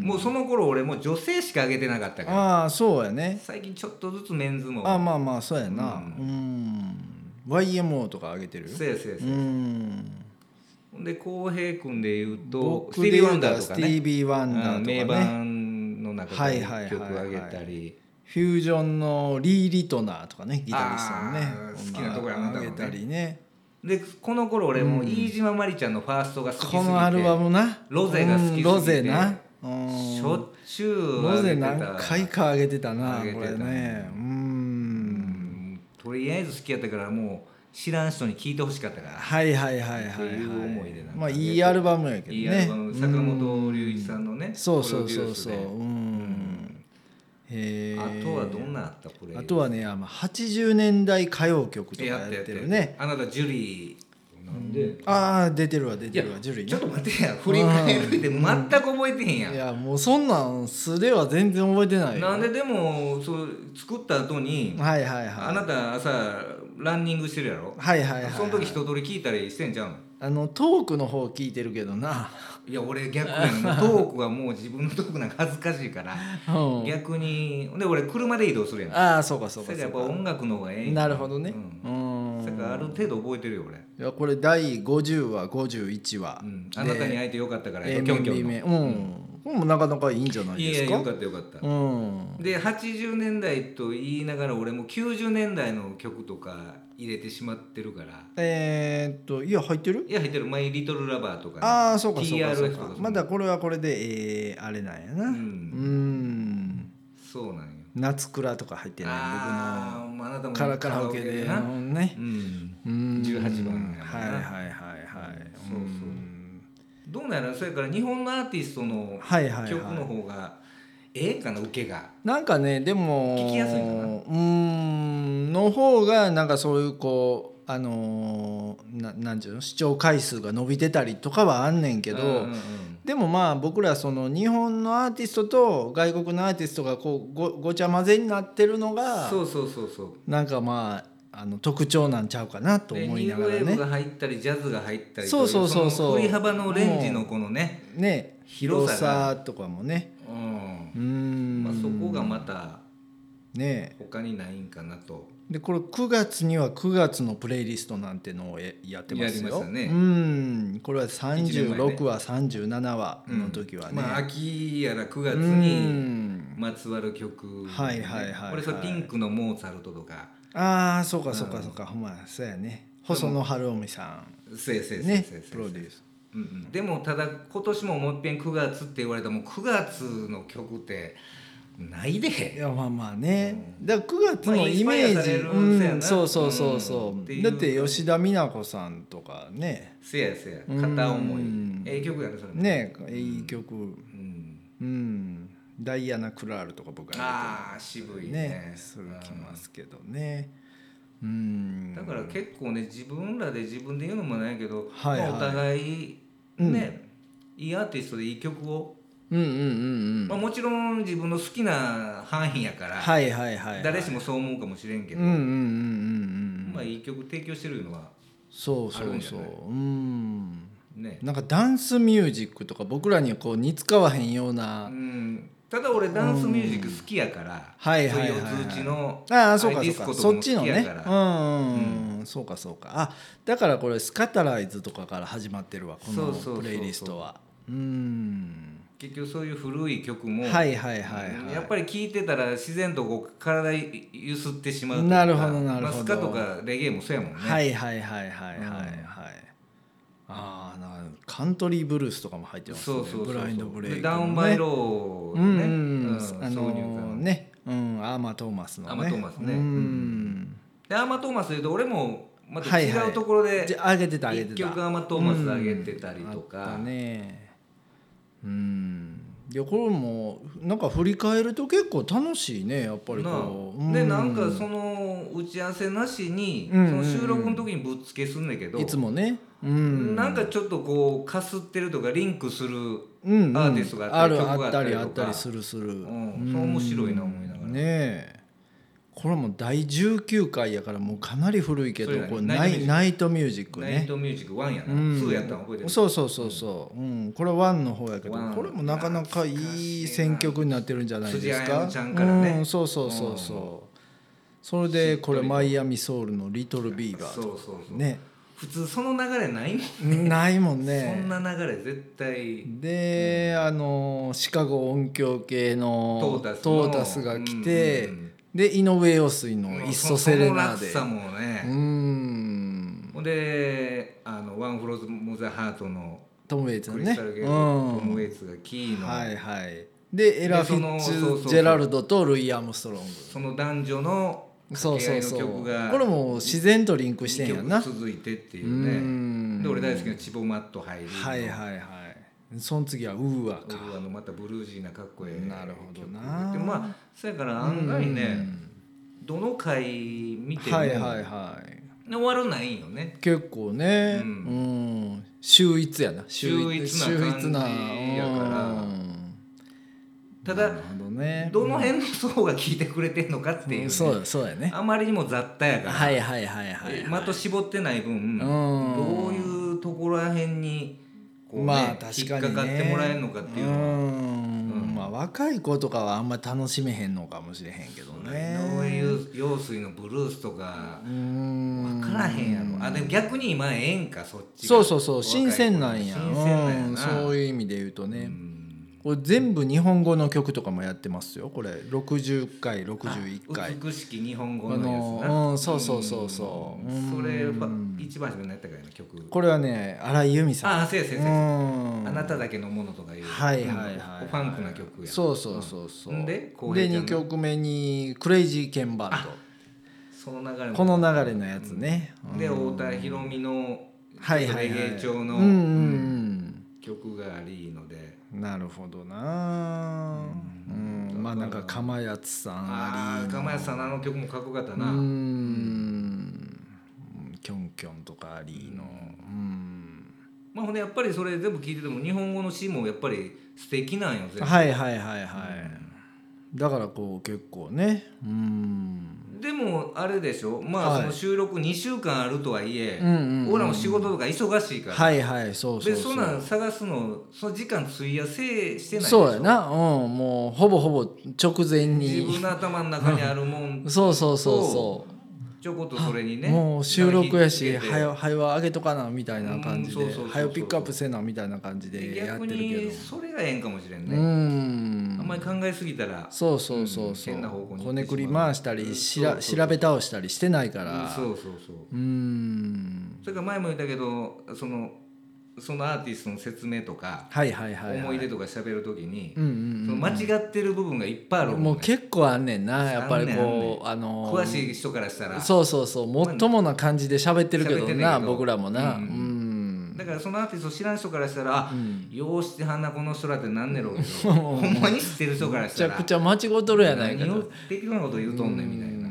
Speaker 1: うんもうその頃俺もう女性しか上げてなかったから
Speaker 2: ああそうやね
Speaker 1: 最近ちょっとずつメンズも
Speaker 2: あまあまあそうやなう
Speaker 1: うん
Speaker 2: ん YMO とか上げてるよ
Speaker 1: そうやそうやそううや
Speaker 2: ん
Speaker 1: ほんで浩平君で言うとス
Speaker 2: 僕
Speaker 1: ティー
Speaker 2: で
Speaker 1: ビー・ワンダ
Speaker 2: 言う
Speaker 1: ー
Speaker 2: たら
Speaker 1: と
Speaker 2: ス
Speaker 1: か
Speaker 2: テ
Speaker 1: ね
Speaker 2: ィービー・ワンダ
Speaker 1: うん
Speaker 2: ー
Speaker 1: 名
Speaker 2: とかね
Speaker 1: 盤の中
Speaker 2: は
Speaker 1: で
Speaker 2: いはいはいはい
Speaker 1: 曲上げたり
Speaker 2: フュージョンのリー・リトナーとかねギタリストのね
Speaker 1: あー好きなとこやな
Speaker 2: 上げたりね
Speaker 1: でこの頃俺もう飯島まりちゃんのファーストが好きすぎて
Speaker 2: このアルバムな
Speaker 1: ロゼが好きすぎて
Speaker 2: うんロゼなうん
Speaker 1: しょっちゅう
Speaker 2: ロ
Speaker 1: 上げ
Speaker 2: ゼ
Speaker 1: てた
Speaker 2: 何回か上げてたな
Speaker 1: 上げ
Speaker 2: こ
Speaker 1: て
Speaker 2: れ
Speaker 1: た
Speaker 2: ねう
Speaker 1: うんんとりあえず好きやったからもう知らん人に聞いてほしかったから
Speaker 2: はいはいはいはい、
Speaker 1: っていう思い出なんかね
Speaker 2: まあいいアルバムやけどね
Speaker 1: いいアルバム坂本龍一さんのね
Speaker 2: うんそうそうそうそう
Speaker 1: プ
Speaker 2: う
Speaker 1: ロデュースで
Speaker 2: んへえ
Speaker 1: あとはどんなあったこれ
Speaker 2: あとはねあの80年代歌謡曲とかやってるね
Speaker 1: あなたジュリーなんで
Speaker 2: ああ出てるわ出
Speaker 1: い
Speaker 2: て
Speaker 1: や
Speaker 2: るわジュリーね
Speaker 1: ちょっと待ってや振り返るって全く覚えてへんや
Speaker 2: い
Speaker 1: ん
Speaker 2: やもうそんなん素では全然覚えてないよ
Speaker 1: なんででもそう作った後に
Speaker 2: はいはいはい
Speaker 1: あなた朝ランニングしてるやろ
Speaker 2: はいはいはい
Speaker 1: その時一通り聞いたりしてんじゃん
Speaker 2: あのトークの方聞いてるけどな
Speaker 1: いや俺逆なのトークはもう自分のトークなんか恥ずかしいから
Speaker 2: うん
Speaker 1: 逆にで俺車で移動するやん
Speaker 2: ああそうかそう
Speaker 1: そ
Speaker 2: か
Speaker 1: れや
Speaker 2: そ
Speaker 1: っ
Speaker 2: う
Speaker 1: ぱ
Speaker 2: か
Speaker 1: 音楽の方がええんや
Speaker 2: なるほどね
Speaker 1: う
Speaker 2: うんん
Speaker 1: だからある程度覚えてるよ俺
Speaker 2: いやこれ第50話51話
Speaker 1: うんあなたに会えてよかったから
Speaker 2: え
Speaker 1: よ
Speaker 2: ー
Speaker 1: キョンキョン
Speaker 2: B
Speaker 1: の
Speaker 2: 面うん、うん、もうなかなかいいんじゃない
Speaker 1: いや
Speaker 2: で
Speaker 1: い
Speaker 2: す
Speaker 1: やよ
Speaker 2: か
Speaker 1: かったよかった
Speaker 2: うん
Speaker 1: で80年代と言いながら俺も90年代の曲とか入れてしまってるから
Speaker 2: えー、っといや入ってる
Speaker 1: いや入ってる「マイ・リトル・ラバー」とかね、
Speaker 2: ああそうかそうかそう
Speaker 1: TRF と
Speaker 2: か
Speaker 1: か
Speaker 2: まだこれはこれでえー、あれなんやな
Speaker 1: う
Speaker 2: うんん
Speaker 1: そうなんよ
Speaker 2: 夏倉とか入ってない
Speaker 1: ああーもうあなた
Speaker 2: 僕
Speaker 1: も
Speaker 2: のカラカラオケで
Speaker 1: な
Speaker 2: うんね
Speaker 1: うん
Speaker 2: うん
Speaker 1: 18番やもんな
Speaker 2: はいはいはいはい
Speaker 1: そうそうんどうならそれから日本のアーティストの
Speaker 2: はいはいはい
Speaker 1: 曲の方がええかな受けが
Speaker 2: なんかねでも
Speaker 1: 聞きやすいかな
Speaker 2: うーんの方がなんかそういうこうあのーななんていうの視聴回数が伸びてたりとかはあんねんけど、
Speaker 1: うんうんうん
Speaker 2: でもまあ僕らその日本のアーティストと外国のアーティストがこうごごちゃ混ぜになってるのが
Speaker 1: そうそうそうそう
Speaker 2: なんかまああの特徴なんちゃうかなと
Speaker 1: で
Speaker 2: 思い
Speaker 1: ニ
Speaker 2: な
Speaker 1: ューウ
Speaker 2: がら
Speaker 1: ェーブ
Speaker 2: ね
Speaker 1: が入ったりジャズが入ったり
Speaker 2: そうそうそうそう
Speaker 1: といの振り幅のレンジのこのね
Speaker 2: ね
Speaker 1: 広さが
Speaker 2: とかもね
Speaker 1: うん
Speaker 2: うーん、
Speaker 1: まあ、そこがまた
Speaker 2: ね
Speaker 1: 他にないんかなと
Speaker 2: でこれ9月には9月のプレイリストなんてのをややってます
Speaker 1: やりまし
Speaker 2: よ。
Speaker 1: たね
Speaker 2: うんこれは
Speaker 1: 一年前ね
Speaker 2: 36話、37話の時はね。
Speaker 1: まあ、秋やら9月
Speaker 2: う
Speaker 1: に
Speaker 2: ん
Speaker 1: まつわる曲、
Speaker 2: はいはいはいはい
Speaker 1: これさピンクのモーツァルトとか
Speaker 2: ああそうかそうかそうか、ほんまやそうやね細野晴臣さ
Speaker 1: せいせい
Speaker 2: ん
Speaker 1: せい
Speaker 2: ね
Speaker 1: せいせ
Speaker 2: プ
Speaker 1: い
Speaker 2: ロデュース。
Speaker 1: うんうんでもただ今年ももう一遍9月って言われたらもう9月の曲ってない
Speaker 2: い
Speaker 1: で
Speaker 2: やまあまあね、だから9月
Speaker 1: まあ
Speaker 2: の
Speaker 1: イン
Speaker 2: イ
Speaker 1: スパイ
Speaker 2: メ
Speaker 1: ア
Speaker 2: ー
Speaker 1: さ
Speaker 2: ジ、
Speaker 1: れるせや
Speaker 2: うん、
Speaker 1: な
Speaker 2: そうそうそうそう、
Speaker 1: うんっていう
Speaker 2: だって吉田美奈子さんとかね
Speaker 1: せやせや
Speaker 2: うん
Speaker 1: 片思いええ曲やねそれも
Speaker 2: ねいい曲、うん
Speaker 1: うん
Speaker 2: ダイアナ・クラールとか僕は
Speaker 1: ああ渋い
Speaker 2: ね
Speaker 1: ね
Speaker 2: すぐ来ますけどねうん
Speaker 1: だから結構ね自分らで自分で言うのもないけど、
Speaker 2: はいはい
Speaker 1: まあお互いね、いいアーティストでいい曲を、
Speaker 2: うんうんうんう
Speaker 1: まあ、
Speaker 2: ん
Speaker 1: もちろん自分の好きな範囲やから、
Speaker 2: はいはいはいはい
Speaker 1: 誰しもそう思うかもしれんけ
Speaker 2: うん
Speaker 1: ど、
Speaker 2: うんうんうんうん
Speaker 1: まあ、いい曲提供してるのは
Speaker 2: そう
Speaker 1: ある
Speaker 2: そ
Speaker 1: ん
Speaker 2: う
Speaker 1: じゃ
Speaker 2: そう
Speaker 1: ないう
Speaker 2: うん
Speaker 1: ね、
Speaker 2: なんかダンスミュージックとか僕らにはこう似つかわへんよう
Speaker 1: う
Speaker 2: な、
Speaker 1: ん、ただ俺ダンスミュージック好きやから、
Speaker 2: はいはいはい
Speaker 1: そういう四つ打ちの
Speaker 2: ああそうか
Speaker 1: れディ
Speaker 2: そう
Speaker 1: ス
Speaker 2: か
Speaker 1: コとか
Speaker 2: そ
Speaker 1: も
Speaker 2: っ
Speaker 1: 好
Speaker 2: ちの
Speaker 1: きや
Speaker 2: ね
Speaker 1: から
Speaker 2: うんうんうんそうかそうかあだからこれスカタライズとかから始まってるわ
Speaker 1: そ
Speaker 2: こ
Speaker 1: うそうそうそ
Speaker 2: の
Speaker 1: う
Speaker 2: プレイリストはうん
Speaker 1: 結局そういう古い曲も、
Speaker 2: はいはいはいはい
Speaker 1: やっぱり聴いてたら自然とこう体ゆすってしまうというか
Speaker 2: なるほどなるほ
Speaker 1: ま
Speaker 2: ど
Speaker 1: あ、スカとかレゲエもそうやもんね、
Speaker 2: はいはいはいはいはい
Speaker 1: うん
Speaker 2: はいああなんかカントリーブルースとかも入ってますね
Speaker 1: そうそうそうそう
Speaker 2: ブラインドブレイク、
Speaker 1: で
Speaker 2: ね、
Speaker 1: ダウンバイ
Speaker 2: ロ
Speaker 1: ロー
Speaker 2: う
Speaker 1: のね、
Speaker 2: ん、うんあ
Speaker 1: 挿入歌
Speaker 2: のー
Speaker 1: の
Speaker 2: ねうんアーマートーマスのね
Speaker 1: アーマートーマスね
Speaker 2: う
Speaker 1: うんでアーマートーマスで言うと俺もまた
Speaker 2: はい
Speaker 1: 違
Speaker 2: はいう
Speaker 1: ところで
Speaker 2: じゃあ上げてた上げて
Speaker 1: 一
Speaker 2: た
Speaker 1: 曲アーマートーマス上げてたりと
Speaker 2: うんあっ
Speaker 1: か、
Speaker 2: たねうんいやこれもなんか振り返ると結構楽しいねやっぱり
Speaker 1: な
Speaker 2: こうう
Speaker 1: あでなんかその打ち合わせなしに、
Speaker 2: うんうんうん
Speaker 1: その収録の時にぶっつけすんだけど
Speaker 2: いつもねうん
Speaker 1: なんかちょっとこうかすってるとかリンクする、
Speaker 2: うんうん
Speaker 1: アーティストがあ
Speaker 2: あ
Speaker 1: ったり
Speaker 2: る
Speaker 1: 曲
Speaker 2: あ
Speaker 1: があ
Speaker 2: っ
Speaker 1: った
Speaker 2: た
Speaker 1: り
Speaker 2: り
Speaker 1: とか
Speaker 2: あったりするする、
Speaker 1: うんそう面白いな思いながら
Speaker 2: ねえこれもう第19回やからもうかなり古いけど
Speaker 1: それだね
Speaker 2: これナイナイトミュージック
Speaker 1: ナイ
Speaker 2: ね
Speaker 1: トミュージック1やな、
Speaker 2: うん
Speaker 1: 2やったの覚えてる
Speaker 2: そうそうそうそう、うん、これワンの方やけど
Speaker 1: ワン
Speaker 2: これもなかなかいい選曲になってるんじゃないです
Speaker 1: 辻彩
Speaker 2: か
Speaker 1: 乃ちゃんからね
Speaker 2: うん、そうそうそうそうそれでこれマイアミソウルの「リトル・ビーバ
Speaker 1: そ
Speaker 2: ー
Speaker 1: うそうそ」う、
Speaker 2: ね
Speaker 1: 普通その流れないもん、
Speaker 2: ないもん
Speaker 1: そん
Speaker 2: ね
Speaker 1: な流れ絶対
Speaker 2: で、あのシカゴ音響系の
Speaker 1: トータスの
Speaker 2: トータスが来て、
Speaker 1: うんうんうん
Speaker 2: で井上陽水の「イッソセレナー
Speaker 1: で
Speaker 2: デ」
Speaker 1: その落差も
Speaker 2: う
Speaker 1: ね、
Speaker 2: ん
Speaker 1: ほんであの「ワンフローズ・モザ・ハート」の
Speaker 2: トム・ウェイツの
Speaker 1: クリ
Speaker 2: ね
Speaker 1: スタル・ゲー
Speaker 2: う
Speaker 1: ト、
Speaker 2: ん
Speaker 1: トム・ウェイツがキーの、
Speaker 2: はいはいでエラ・
Speaker 1: で
Speaker 2: フ
Speaker 1: そ
Speaker 2: ィッ
Speaker 1: の
Speaker 2: ツ
Speaker 1: そうそうそう
Speaker 2: ジェラルドとルイ・アームストロング
Speaker 1: その男女の
Speaker 2: うそうそう
Speaker 1: 掛
Speaker 2: そ
Speaker 1: け合いの曲が
Speaker 2: うこれも自然とリンクしてんやな
Speaker 1: 一曲続いてっていう
Speaker 2: ー
Speaker 1: うんねで俺大好きなチボマット入り
Speaker 2: はいはいはいその次はウーアか
Speaker 1: あのまたブルージーなかっこええ
Speaker 2: なるほどな
Speaker 1: 曲でもまあそやから案外ねどの回見ても
Speaker 2: はいはい
Speaker 1: 終
Speaker 2: はい
Speaker 1: わらないんよね
Speaker 2: 結構ね
Speaker 1: う
Speaker 2: うんん秀逸やな
Speaker 1: 秀逸な感じやからただ
Speaker 2: なるほどね
Speaker 1: どの辺の層が聞いてくれてんのかっていうね
Speaker 2: うんそうだそうだね
Speaker 1: あまりにも雑多やから
Speaker 2: はいはいはいはいはい
Speaker 1: 的絞ってない分
Speaker 2: ん
Speaker 1: どういうところらへんにこうね
Speaker 2: まあ確
Speaker 1: 引
Speaker 2: か
Speaker 1: っ
Speaker 2: にね
Speaker 1: かかってもらえるのかっていうのは
Speaker 2: うんまあ若い子とかはあんま楽しめへんのかもしれへんけどね
Speaker 1: 井上陽水のブルースとか
Speaker 2: うん
Speaker 1: 分からへんやろあでも逆に今ええんかそっちが
Speaker 2: そうそうそう
Speaker 1: 若い子
Speaker 2: 新鮮なんや
Speaker 1: 新鮮なんや
Speaker 2: うん
Speaker 1: な
Speaker 2: そういう意味で言うとね
Speaker 1: うん
Speaker 2: これ全部日本語の曲とかもやってますよこれ60回61回
Speaker 1: 美しき日本語の
Speaker 2: あ
Speaker 1: やつな
Speaker 2: のうんそうそうそうそううん
Speaker 1: それは一番初めになったからね曲
Speaker 2: これはね荒井由実さん
Speaker 1: ああせやせやせ
Speaker 2: う
Speaker 1: や
Speaker 2: ん
Speaker 1: あなただけのものとかいう
Speaker 2: はいはいはい、
Speaker 1: うんファンクな曲や
Speaker 2: そうそうそうそ
Speaker 1: うん
Speaker 2: う
Speaker 1: で
Speaker 2: で
Speaker 1: 浩平ちゃん
Speaker 2: 2曲目に「クレイジーケンバン
Speaker 1: その流れ
Speaker 2: ド」
Speaker 1: も
Speaker 2: この流れのやつね、うん
Speaker 1: で太田裕美の
Speaker 2: はいはいは
Speaker 1: レゲエ
Speaker 2: い
Speaker 1: 調の
Speaker 2: うんうん
Speaker 1: 曲がありので
Speaker 2: うんなるほどなうん、まあなんか釜谷さん
Speaker 1: あ
Speaker 2: あり
Speaker 1: あ釜谷さんのあの曲もかっこよかったな、
Speaker 2: うーんキョンキョンとかアリーのうん
Speaker 1: まあほんでやっぱりそれ全部聞いてても日本語の詩もやっぱり素敵なんよ全部
Speaker 2: はいはいはいはいだからこう結構ねうん
Speaker 1: でもあれでしょまあ
Speaker 2: はい
Speaker 1: その収録2週間あるとはいえ、
Speaker 2: うんうんうん
Speaker 1: 俺らも仕事とか忙しいから、
Speaker 2: はいはいそうそう
Speaker 1: でそ
Speaker 2: そ
Speaker 1: ん
Speaker 2: う
Speaker 1: なん探すのその時間費やせしてないでし
Speaker 2: そうや
Speaker 1: ょ
Speaker 2: なうんもうほぼほぼ直前
Speaker 1: 自
Speaker 2: に
Speaker 1: 分の頭の中にあるもん
Speaker 2: そうそうそうそ
Speaker 1: ちょこっとそれに
Speaker 2: う、
Speaker 1: ね
Speaker 2: もう収録やし
Speaker 1: なんか火つけて
Speaker 2: 早早は上げとかなみたいな感じ
Speaker 1: うん
Speaker 2: で
Speaker 1: そうそうそうそう
Speaker 2: 早ピックアップせなみたいな感じでやっ
Speaker 1: 逆
Speaker 2: てるけ
Speaker 1: に
Speaker 2: ど
Speaker 1: それがええんかもしれん
Speaker 2: う
Speaker 1: ね、
Speaker 2: ん
Speaker 1: あんまり考えすぎたら
Speaker 2: そうそうそうそう
Speaker 1: 変な方向に行ってしまう
Speaker 2: こねくり回したりしら
Speaker 1: そうそうそう
Speaker 2: 調べ倒したりしてないか
Speaker 1: うん
Speaker 2: ら
Speaker 1: そうそうそう
Speaker 2: うーん
Speaker 1: それから前も言ったけどそのそのアーティストの説明とか
Speaker 2: はいはいはいはい
Speaker 1: 思い出とか喋るときに
Speaker 2: う、んうんうん
Speaker 1: その間違ってる部分がいっぱいあるもんね
Speaker 2: もう結構あんねんなやっぱり
Speaker 1: あんねんあんね
Speaker 2: こうあの
Speaker 1: 詳しい人からしたら
Speaker 2: そうそうそうもっともな感じで喋ってるけど
Speaker 1: 喋ってんねん
Speaker 2: な
Speaker 1: けど
Speaker 2: 僕らもな
Speaker 1: う
Speaker 2: うん
Speaker 1: うん
Speaker 2: ん
Speaker 1: だからそのアーティストを知らん人からしたらあ「ようして花この人ら」ってなんねろうけど
Speaker 2: うん
Speaker 1: ほんまに知ってる人から
Speaker 2: め
Speaker 1: し
Speaker 2: ち
Speaker 1: た
Speaker 2: ゃ
Speaker 1: ら
Speaker 2: くちゃ間違うとるやないか
Speaker 1: 何
Speaker 2: と
Speaker 1: を適当なこと言うとんねんみたいな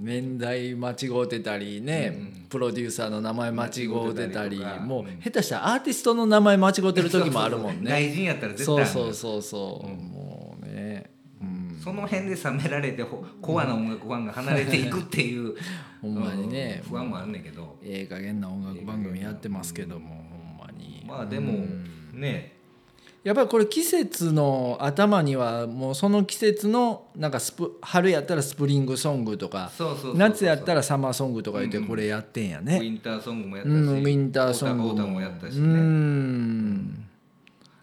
Speaker 2: 年代間違うてたりね、プロデューサーの名前間違う
Speaker 1: 間違
Speaker 2: てたり
Speaker 1: うてたりとか
Speaker 2: もう
Speaker 1: うん
Speaker 2: 下手したらアーティストの名前間違うてる時もあるもんね
Speaker 1: 大臣やったら絶対あ
Speaker 2: そ
Speaker 1: る
Speaker 2: うそうそうそう、もうね、うん、
Speaker 1: その辺で冷められてほコアな音楽ファンが離れていくっていう
Speaker 2: ほんまにね
Speaker 1: うん不安もあんねんけど
Speaker 2: ええ加減な音楽番組やってますけども、ほんまに、
Speaker 1: まあでもね
Speaker 2: やっぱりこれ季節の頭にはもうその季節のなんかスプ春やったらスプリングソングとか
Speaker 1: そうそうそうそう
Speaker 2: 夏やったらサマーソングとか言って
Speaker 1: うんうん
Speaker 2: これやってんや
Speaker 1: ウ
Speaker 2: ね、
Speaker 1: ィンターソングもやっ
Speaker 2: う
Speaker 1: たし
Speaker 2: んウィンターソング
Speaker 1: オタオタもやったし
Speaker 2: う
Speaker 1: ね
Speaker 2: ん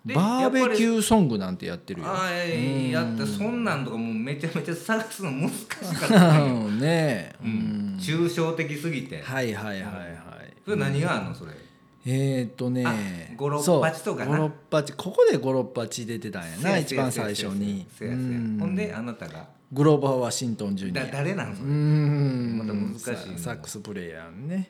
Speaker 1: で
Speaker 2: バーベキューソングなんてやってるよ
Speaker 1: ああやったそんなんとかもうめちゃめちゃ探すの難しかったね
Speaker 2: うんねえ、うん
Speaker 1: 抽象的すぎて
Speaker 2: はいはいはいはい、
Speaker 1: それ何があんのそれ
Speaker 2: えーっとね
Speaker 1: あ五六
Speaker 2: そう
Speaker 1: 八とかな
Speaker 2: 五六八ここで五六八出てたんやな一番最初に
Speaker 1: せやせやせやほんであなたが
Speaker 2: グローバー・ワシントン・ジュニ
Speaker 1: だ
Speaker 2: ア
Speaker 1: 誰なんそうれ
Speaker 2: ん
Speaker 1: また難しいな
Speaker 2: ササックスプレイヤーね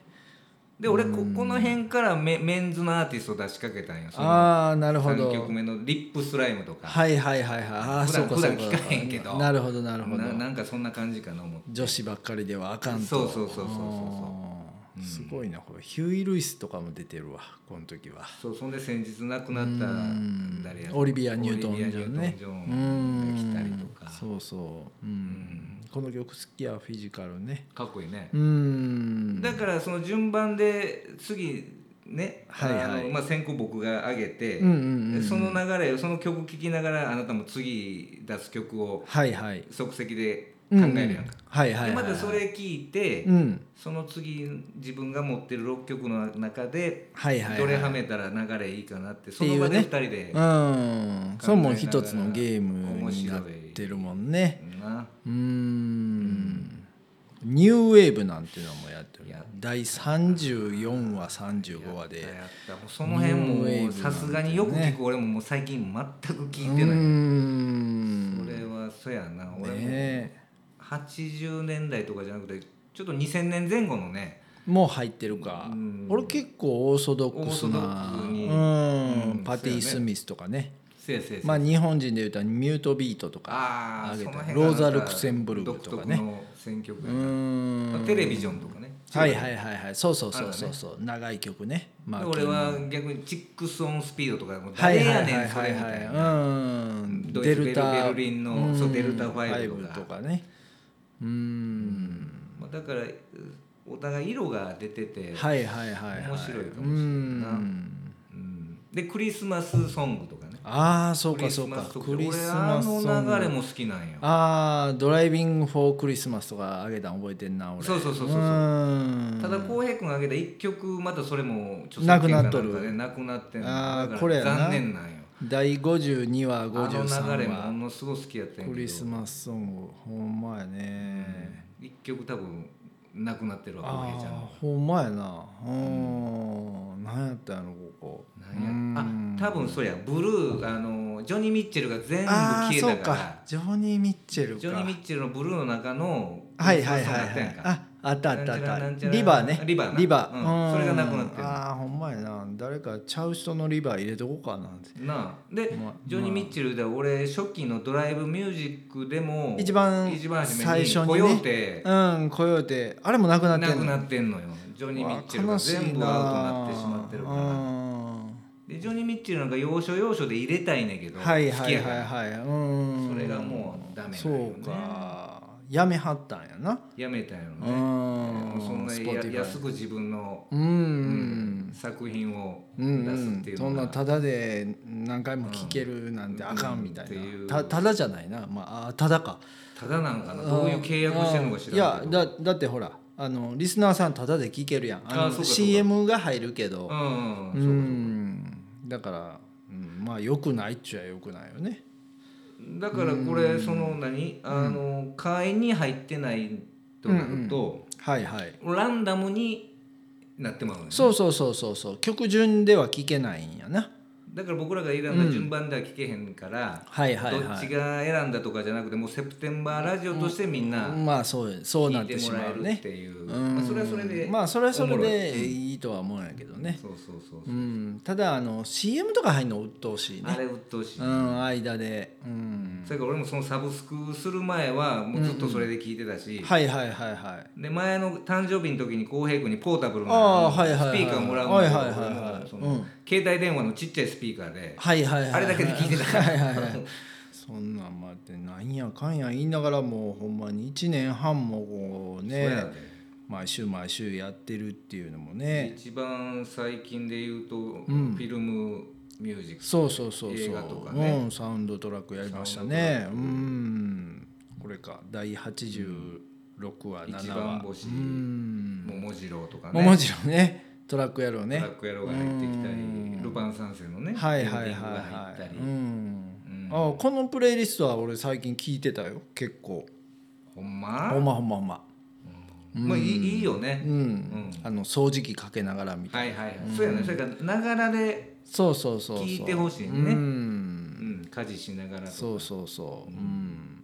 Speaker 1: で俺ここの辺からメメンズのアーティスト出しかけたんよその
Speaker 2: ああなるほ
Speaker 1: 3
Speaker 2: ど
Speaker 1: 曲目の「リップスライム」とか
Speaker 2: はいはいはいはいああ
Speaker 1: 普
Speaker 2: そ
Speaker 1: 段
Speaker 2: うか
Speaker 1: 普
Speaker 2: そ
Speaker 1: 段
Speaker 2: うか
Speaker 1: 聞かへんけど
Speaker 2: なるほどなるほど
Speaker 1: ななんかそんな感じかな思って
Speaker 2: 女子ばっかりではあかんと
Speaker 1: そうそうそうそうそうそう
Speaker 2: あーすごいなこれヒューイ・ルイスとかも出てるわこの時は
Speaker 1: そうそんで先日亡くなった誰や
Speaker 2: オリビア・ニュートン・ジ
Speaker 1: オリビ
Speaker 2: ョ
Speaker 1: ア
Speaker 2: ン
Speaker 1: ニュ
Speaker 2: ね
Speaker 1: ートンジョンが来たりと
Speaker 2: うん
Speaker 1: か
Speaker 2: そうそううんこの曲好きやフィジカルね
Speaker 1: かっこいいね
Speaker 2: うん
Speaker 1: だからその順番で次ね、
Speaker 2: はいはい
Speaker 1: あのまあ、先行僕が上げて、
Speaker 2: うんうんうん
Speaker 1: その流れその曲聴きながらあなたも次出す曲を
Speaker 2: はいはい
Speaker 1: 即席で考
Speaker 2: う
Speaker 1: え
Speaker 2: ん
Speaker 1: る
Speaker 2: うん
Speaker 1: やんか、
Speaker 2: はいはい
Speaker 1: で
Speaker 2: は
Speaker 1: ま
Speaker 2: い
Speaker 1: たそれ聞いて、
Speaker 2: うん
Speaker 1: その次自分が持ってる6曲の中で
Speaker 2: はいはいはい
Speaker 1: どれはめたら流れいいかなって
Speaker 2: っ
Speaker 1: そ
Speaker 2: てい
Speaker 1: の場
Speaker 2: うね
Speaker 1: で2人で
Speaker 2: うんそれも一つのゲームになってるもんね
Speaker 1: な
Speaker 2: うんニューウェーブなんていうのもやってる
Speaker 1: やった
Speaker 2: 第34話35話
Speaker 1: や
Speaker 2: で
Speaker 1: ったもうその辺
Speaker 2: ニューウェーブなん
Speaker 1: も
Speaker 2: てね
Speaker 1: さすがによく聞く俺ももう最近全く
Speaker 2: う
Speaker 1: 聞いてない
Speaker 2: ん
Speaker 1: それはそやな俺も
Speaker 2: ねえ
Speaker 1: 80年代とかじゃなくてちょっと2000年前後のね
Speaker 2: もう入ってるか、
Speaker 1: うん
Speaker 2: 俺結構オーソドックス
Speaker 1: オーソドッ
Speaker 2: な
Speaker 1: クスに
Speaker 2: うん
Speaker 1: うん
Speaker 2: パテ
Speaker 1: そうや
Speaker 2: ィ・
Speaker 1: ね
Speaker 2: スミスとかね
Speaker 1: せやせやせや
Speaker 2: まあ日本人でいうとミュートビートとか
Speaker 1: あーそ
Speaker 2: 挙げ
Speaker 1: の
Speaker 2: た
Speaker 1: 辺
Speaker 2: ローザ・
Speaker 1: が
Speaker 2: ルクセンブルクとか
Speaker 1: 独特
Speaker 2: ね
Speaker 1: の選曲
Speaker 2: う
Speaker 1: やな
Speaker 2: ーん
Speaker 1: テレビジョンとかね
Speaker 2: はいはいはいはいそうそうそ
Speaker 1: あ
Speaker 2: う
Speaker 1: る
Speaker 2: そ
Speaker 1: よ
Speaker 2: う
Speaker 1: ね
Speaker 2: そう、長い曲ね、ま
Speaker 1: で
Speaker 2: あ、
Speaker 1: 俺は逆にチックス・オン・スピードとかもう誰やねんそれみたいな
Speaker 2: うん
Speaker 1: ドイツベル
Speaker 2: タ
Speaker 1: ベルリンのそうデルタファイブとか
Speaker 2: とかねうん
Speaker 1: まあだからお互い色が出てて、
Speaker 2: はいはいはい、はい、
Speaker 1: 面白いかもしれないな
Speaker 2: うん
Speaker 1: うんでクリスマスソングとかね
Speaker 2: ああそう
Speaker 1: ク
Speaker 2: か
Speaker 1: リス
Speaker 2: そう
Speaker 1: マ
Speaker 2: か
Speaker 1: スとか
Speaker 2: クリ
Speaker 1: 俺
Speaker 2: ス
Speaker 1: あ
Speaker 2: マスソング
Speaker 1: の流れも好きなんよ
Speaker 2: ああドライビング・フォー・クリスマスとかあげたん覚えてんな俺
Speaker 1: そうそうそうそうそう
Speaker 2: ーん
Speaker 1: ただ浩平君が挙げた一曲またそれも
Speaker 2: なくなっとる
Speaker 1: ねなくなってんの
Speaker 2: あー
Speaker 1: だから
Speaker 2: これやな
Speaker 1: 残念なんよ
Speaker 2: 第52話
Speaker 1: あの流れ
Speaker 2: 53
Speaker 1: も
Speaker 2: 話
Speaker 1: のすごく好きやったんや
Speaker 2: ク
Speaker 1: け
Speaker 2: リス
Speaker 1: ど
Speaker 2: マスソングほんまやね
Speaker 1: 一曲多分なくなってるわ浩
Speaker 2: あ
Speaker 1: 平ちゃん
Speaker 2: あ
Speaker 1: の
Speaker 2: ほんまやなうん何やったんやろここ
Speaker 1: なんやあ多分そりゃブルーあのジョニー・ミッチェルが全部
Speaker 2: ああー
Speaker 1: 消
Speaker 2: そ
Speaker 1: え
Speaker 2: う
Speaker 1: たから
Speaker 2: かジョニー・ミッチェルか
Speaker 1: ジョニー・ミッチェルのブルーの中の
Speaker 2: はいはいはい
Speaker 1: クリスマスソングやった
Speaker 2: は
Speaker 1: やんか
Speaker 2: いああったあったあ
Speaker 1: なん
Speaker 2: った
Speaker 1: ちゃらなんちゃら
Speaker 2: リバーね
Speaker 1: リバーな
Speaker 2: リバ
Speaker 1: うん
Speaker 2: ー
Speaker 1: それがなくなってる
Speaker 2: ああほんまやな誰かちゃう人のリバー入れとこうかなって
Speaker 1: なあで、
Speaker 2: まあ
Speaker 1: ジョニー・ミッチェルで俺初期のドライブミュージックでも
Speaker 2: 一番
Speaker 1: 一番初め
Speaker 2: 最
Speaker 1: に
Speaker 2: 初にね
Speaker 1: コヨーテ
Speaker 2: うんコヨーテあれもなくな
Speaker 1: な
Speaker 2: ってん
Speaker 1: く
Speaker 2: の
Speaker 1: なってんのよジョニー・ミッチェルが全部アウトになってしまってるか
Speaker 2: う
Speaker 1: ら
Speaker 2: ん
Speaker 1: でジョニー・ミッチェルなんか要所要所で入れたいねんけど、
Speaker 2: はい
Speaker 1: 好
Speaker 2: は
Speaker 1: き
Speaker 2: い
Speaker 1: や
Speaker 2: は
Speaker 1: から
Speaker 2: いはいうん
Speaker 1: それがもうダメなんよね
Speaker 2: そうかやめはったんやな
Speaker 1: やめたんやろ
Speaker 2: う
Speaker 1: ね、
Speaker 2: ん
Speaker 1: そんなや
Speaker 2: Spotify
Speaker 1: 安く自分の、
Speaker 2: う
Speaker 1: うん
Speaker 2: ん
Speaker 1: 作品を
Speaker 2: う
Speaker 1: 出
Speaker 2: んう
Speaker 1: すっ
Speaker 2: ん
Speaker 1: ていう
Speaker 2: そん
Speaker 1: の
Speaker 2: な
Speaker 1: は
Speaker 2: ただで何回も聴けるなんてあかんみた
Speaker 1: うん
Speaker 2: い
Speaker 1: っていう
Speaker 2: なたただじゃないなまああただか
Speaker 1: ただなんかなどういう契約してんのか知らんけ
Speaker 2: い
Speaker 1: ど
Speaker 2: やだだってほらあのリスナーさんただで聴けるやん
Speaker 1: あ
Speaker 2: あ
Speaker 1: ーそうかそう
Speaker 2: の
Speaker 1: か
Speaker 2: CM が入るけど
Speaker 1: うん
Speaker 2: う
Speaker 1: うん、そうかそうか
Speaker 2: んだから、うん、まあよくないっちゃよくないよね
Speaker 1: だからこれその何あの会員に入ってないとなると
Speaker 2: はいはい
Speaker 1: ランダムになってまうのよ
Speaker 2: そうそうそうそうそう曲順では聴けないんやな
Speaker 1: だから僕らが選んだ順番では聞けへんから
Speaker 2: はい
Speaker 1: ど
Speaker 2: はい
Speaker 1: っ
Speaker 2: は
Speaker 1: ち
Speaker 2: い
Speaker 1: が選んだとかじゃなくてもうセプテンバーラジオとしてみんな
Speaker 2: まあそうそうな
Speaker 1: 聞
Speaker 2: っ
Speaker 1: いて
Speaker 2: てし
Speaker 1: もら
Speaker 2: ま
Speaker 1: え
Speaker 2: う
Speaker 1: るっ
Speaker 2: ね
Speaker 1: ていう
Speaker 2: うん
Speaker 1: まあそれはそれで
Speaker 2: まあそれはそれ
Speaker 1: おもろい
Speaker 2: でいいとは思うんやけどね、
Speaker 1: そうそうそう
Speaker 2: う、
Speaker 1: そうん
Speaker 2: ただあの CM とか入るの鬱陶しい
Speaker 1: あ
Speaker 2: ね
Speaker 1: れ鬱陶しい
Speaker 2: うん間でうん
Speaker 1: それから俺もそのサブスクする前はもうずっとそれで聞いてたし
Speaker 2: はいはいはいはい
Speaker 1: で前の誕生日の時に浩平君にポータブル
Speaker 2: あ
Speaker 1: の
Speaker 2: あはいはい
Speaker 1: ス
Speaker 2: はい
Speaker 1: ピーカーもらうんだけど
Speaker 2: はいはいはいはい
Speaker 1: 俺もそうの
Speaker 2: ん
Speaker 1: 携帯電話のちっちゃいスピーカーで
Speaker 2: はいはいはい
Speaker 1: あれだけで聞いてた
Speaker 2: はいはい はいそんなんまってなんやかんや言いながらもうほんまに1年半もこう
Speaker 1: そうや
Speaker 2: ね
Speaker 1: で
Speaker 2: 毎週毎週やってるっていうのもね
Speaker 1: 一番最近で言うとフィルムミュージック
Speaker 2: そうそうそうそ
Speaker 1: 映
Speaker 2: う
Speaker 1: 画とかね
Speaker 2: うん、サウンドトラックやりましたねうんこれか第86話
Speaker 1: 一
Speaker 2: 7
Speaker 1: 番
Speaker 2: 話
Speaker 1: 星
Speaker 2: うん
Speaker 1: 桃次郎とかね
Speaker 2: もちろんねトラックやろう
Speaker 1: ブラ
Speaker 2: ね
Speaker 1: ック野郎が入ってきたりルパン三世のね
Speaker 2: はいはいはい
Speaker 1: エンディングが入
Speaker 2: は
Speaker 1: っ
Speaker 2: い
Speaker 1: たり
Speaker 2: うんあこのプレイリストは俺最近聞いてたよ結構
Speaker 1: ほんま
Speaker 2: ほんまほんまほんま
Speaker 1: まあいいいいよ
Speaker 2: う
Speaker 1: ね
Speaker 2: んあの掃除機かけながらみたいな
Speaker 1: はいはいはいそうやねそれからながらで
Speaker 2: そうそうそうそう
Speaker 1: 聞いてほしいうね
Speaker 2: ん
Speaker 1: うん家事しながらと
Speaker 2: そうそうそううん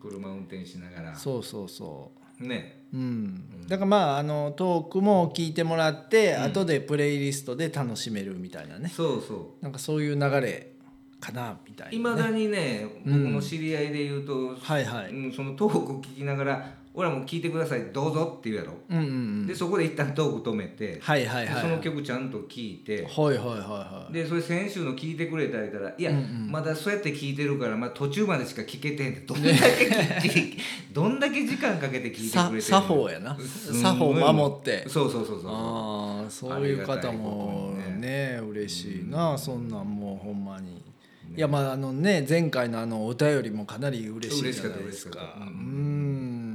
Speaker 1: 車運転しながら
Speaker 2: そうそうそ
Speaker 1: ね
Speaker 2: ううんだからまああのトークも聞いてもらって後でプレイリストで楽しめるみたいなね
Speaker 1: そうそう
Speaker 2: なんかそういう流れかなみたい
Speaker 1: い
Speaker 2: な
Speaker 1: ま
Speaker 2: ね
Speaker 1: だにね、僕の知り合いで言うと、
Speaker 2: はいはいう
Speaker 1: うん、そのトークを聞きながら「俺らも聞いてくださいどうぞ」って言うやろ、
Speaker 2: んうん
Speaker 1: でそこで一旦トーク止めて、
Speaker 2: はいはい
Speaker 1: で
Speaker 2: はい
Speaker 1: その曲ちゃんと聞いて、
Speaker 2: はいはいはいはい
Speaker 1: でそれ先週の聞いてくれたりたら「いや、まだそうやって聞いてるから、まあ、途中までしか聞けてん」ってどんだけ聞いて どんだけ時間かけて聞いて
Speaker 2: さ
Speaker 1: くれてん
Speaker 2: 作法やな作法守って
Speaker 1: そうそうそうそうそう
Speaker 2: ああそういう方もね嬉しいなそんなんもうほんまにいやまああのね前回のあのお便りもかなり嬉しいじゃないです
Speaker 1: 嬉しかった
Speaker 2: か
Speaker 1: 嬉しかった
Speaker 2: う
Speaker 1: うん
Speaker 2: ん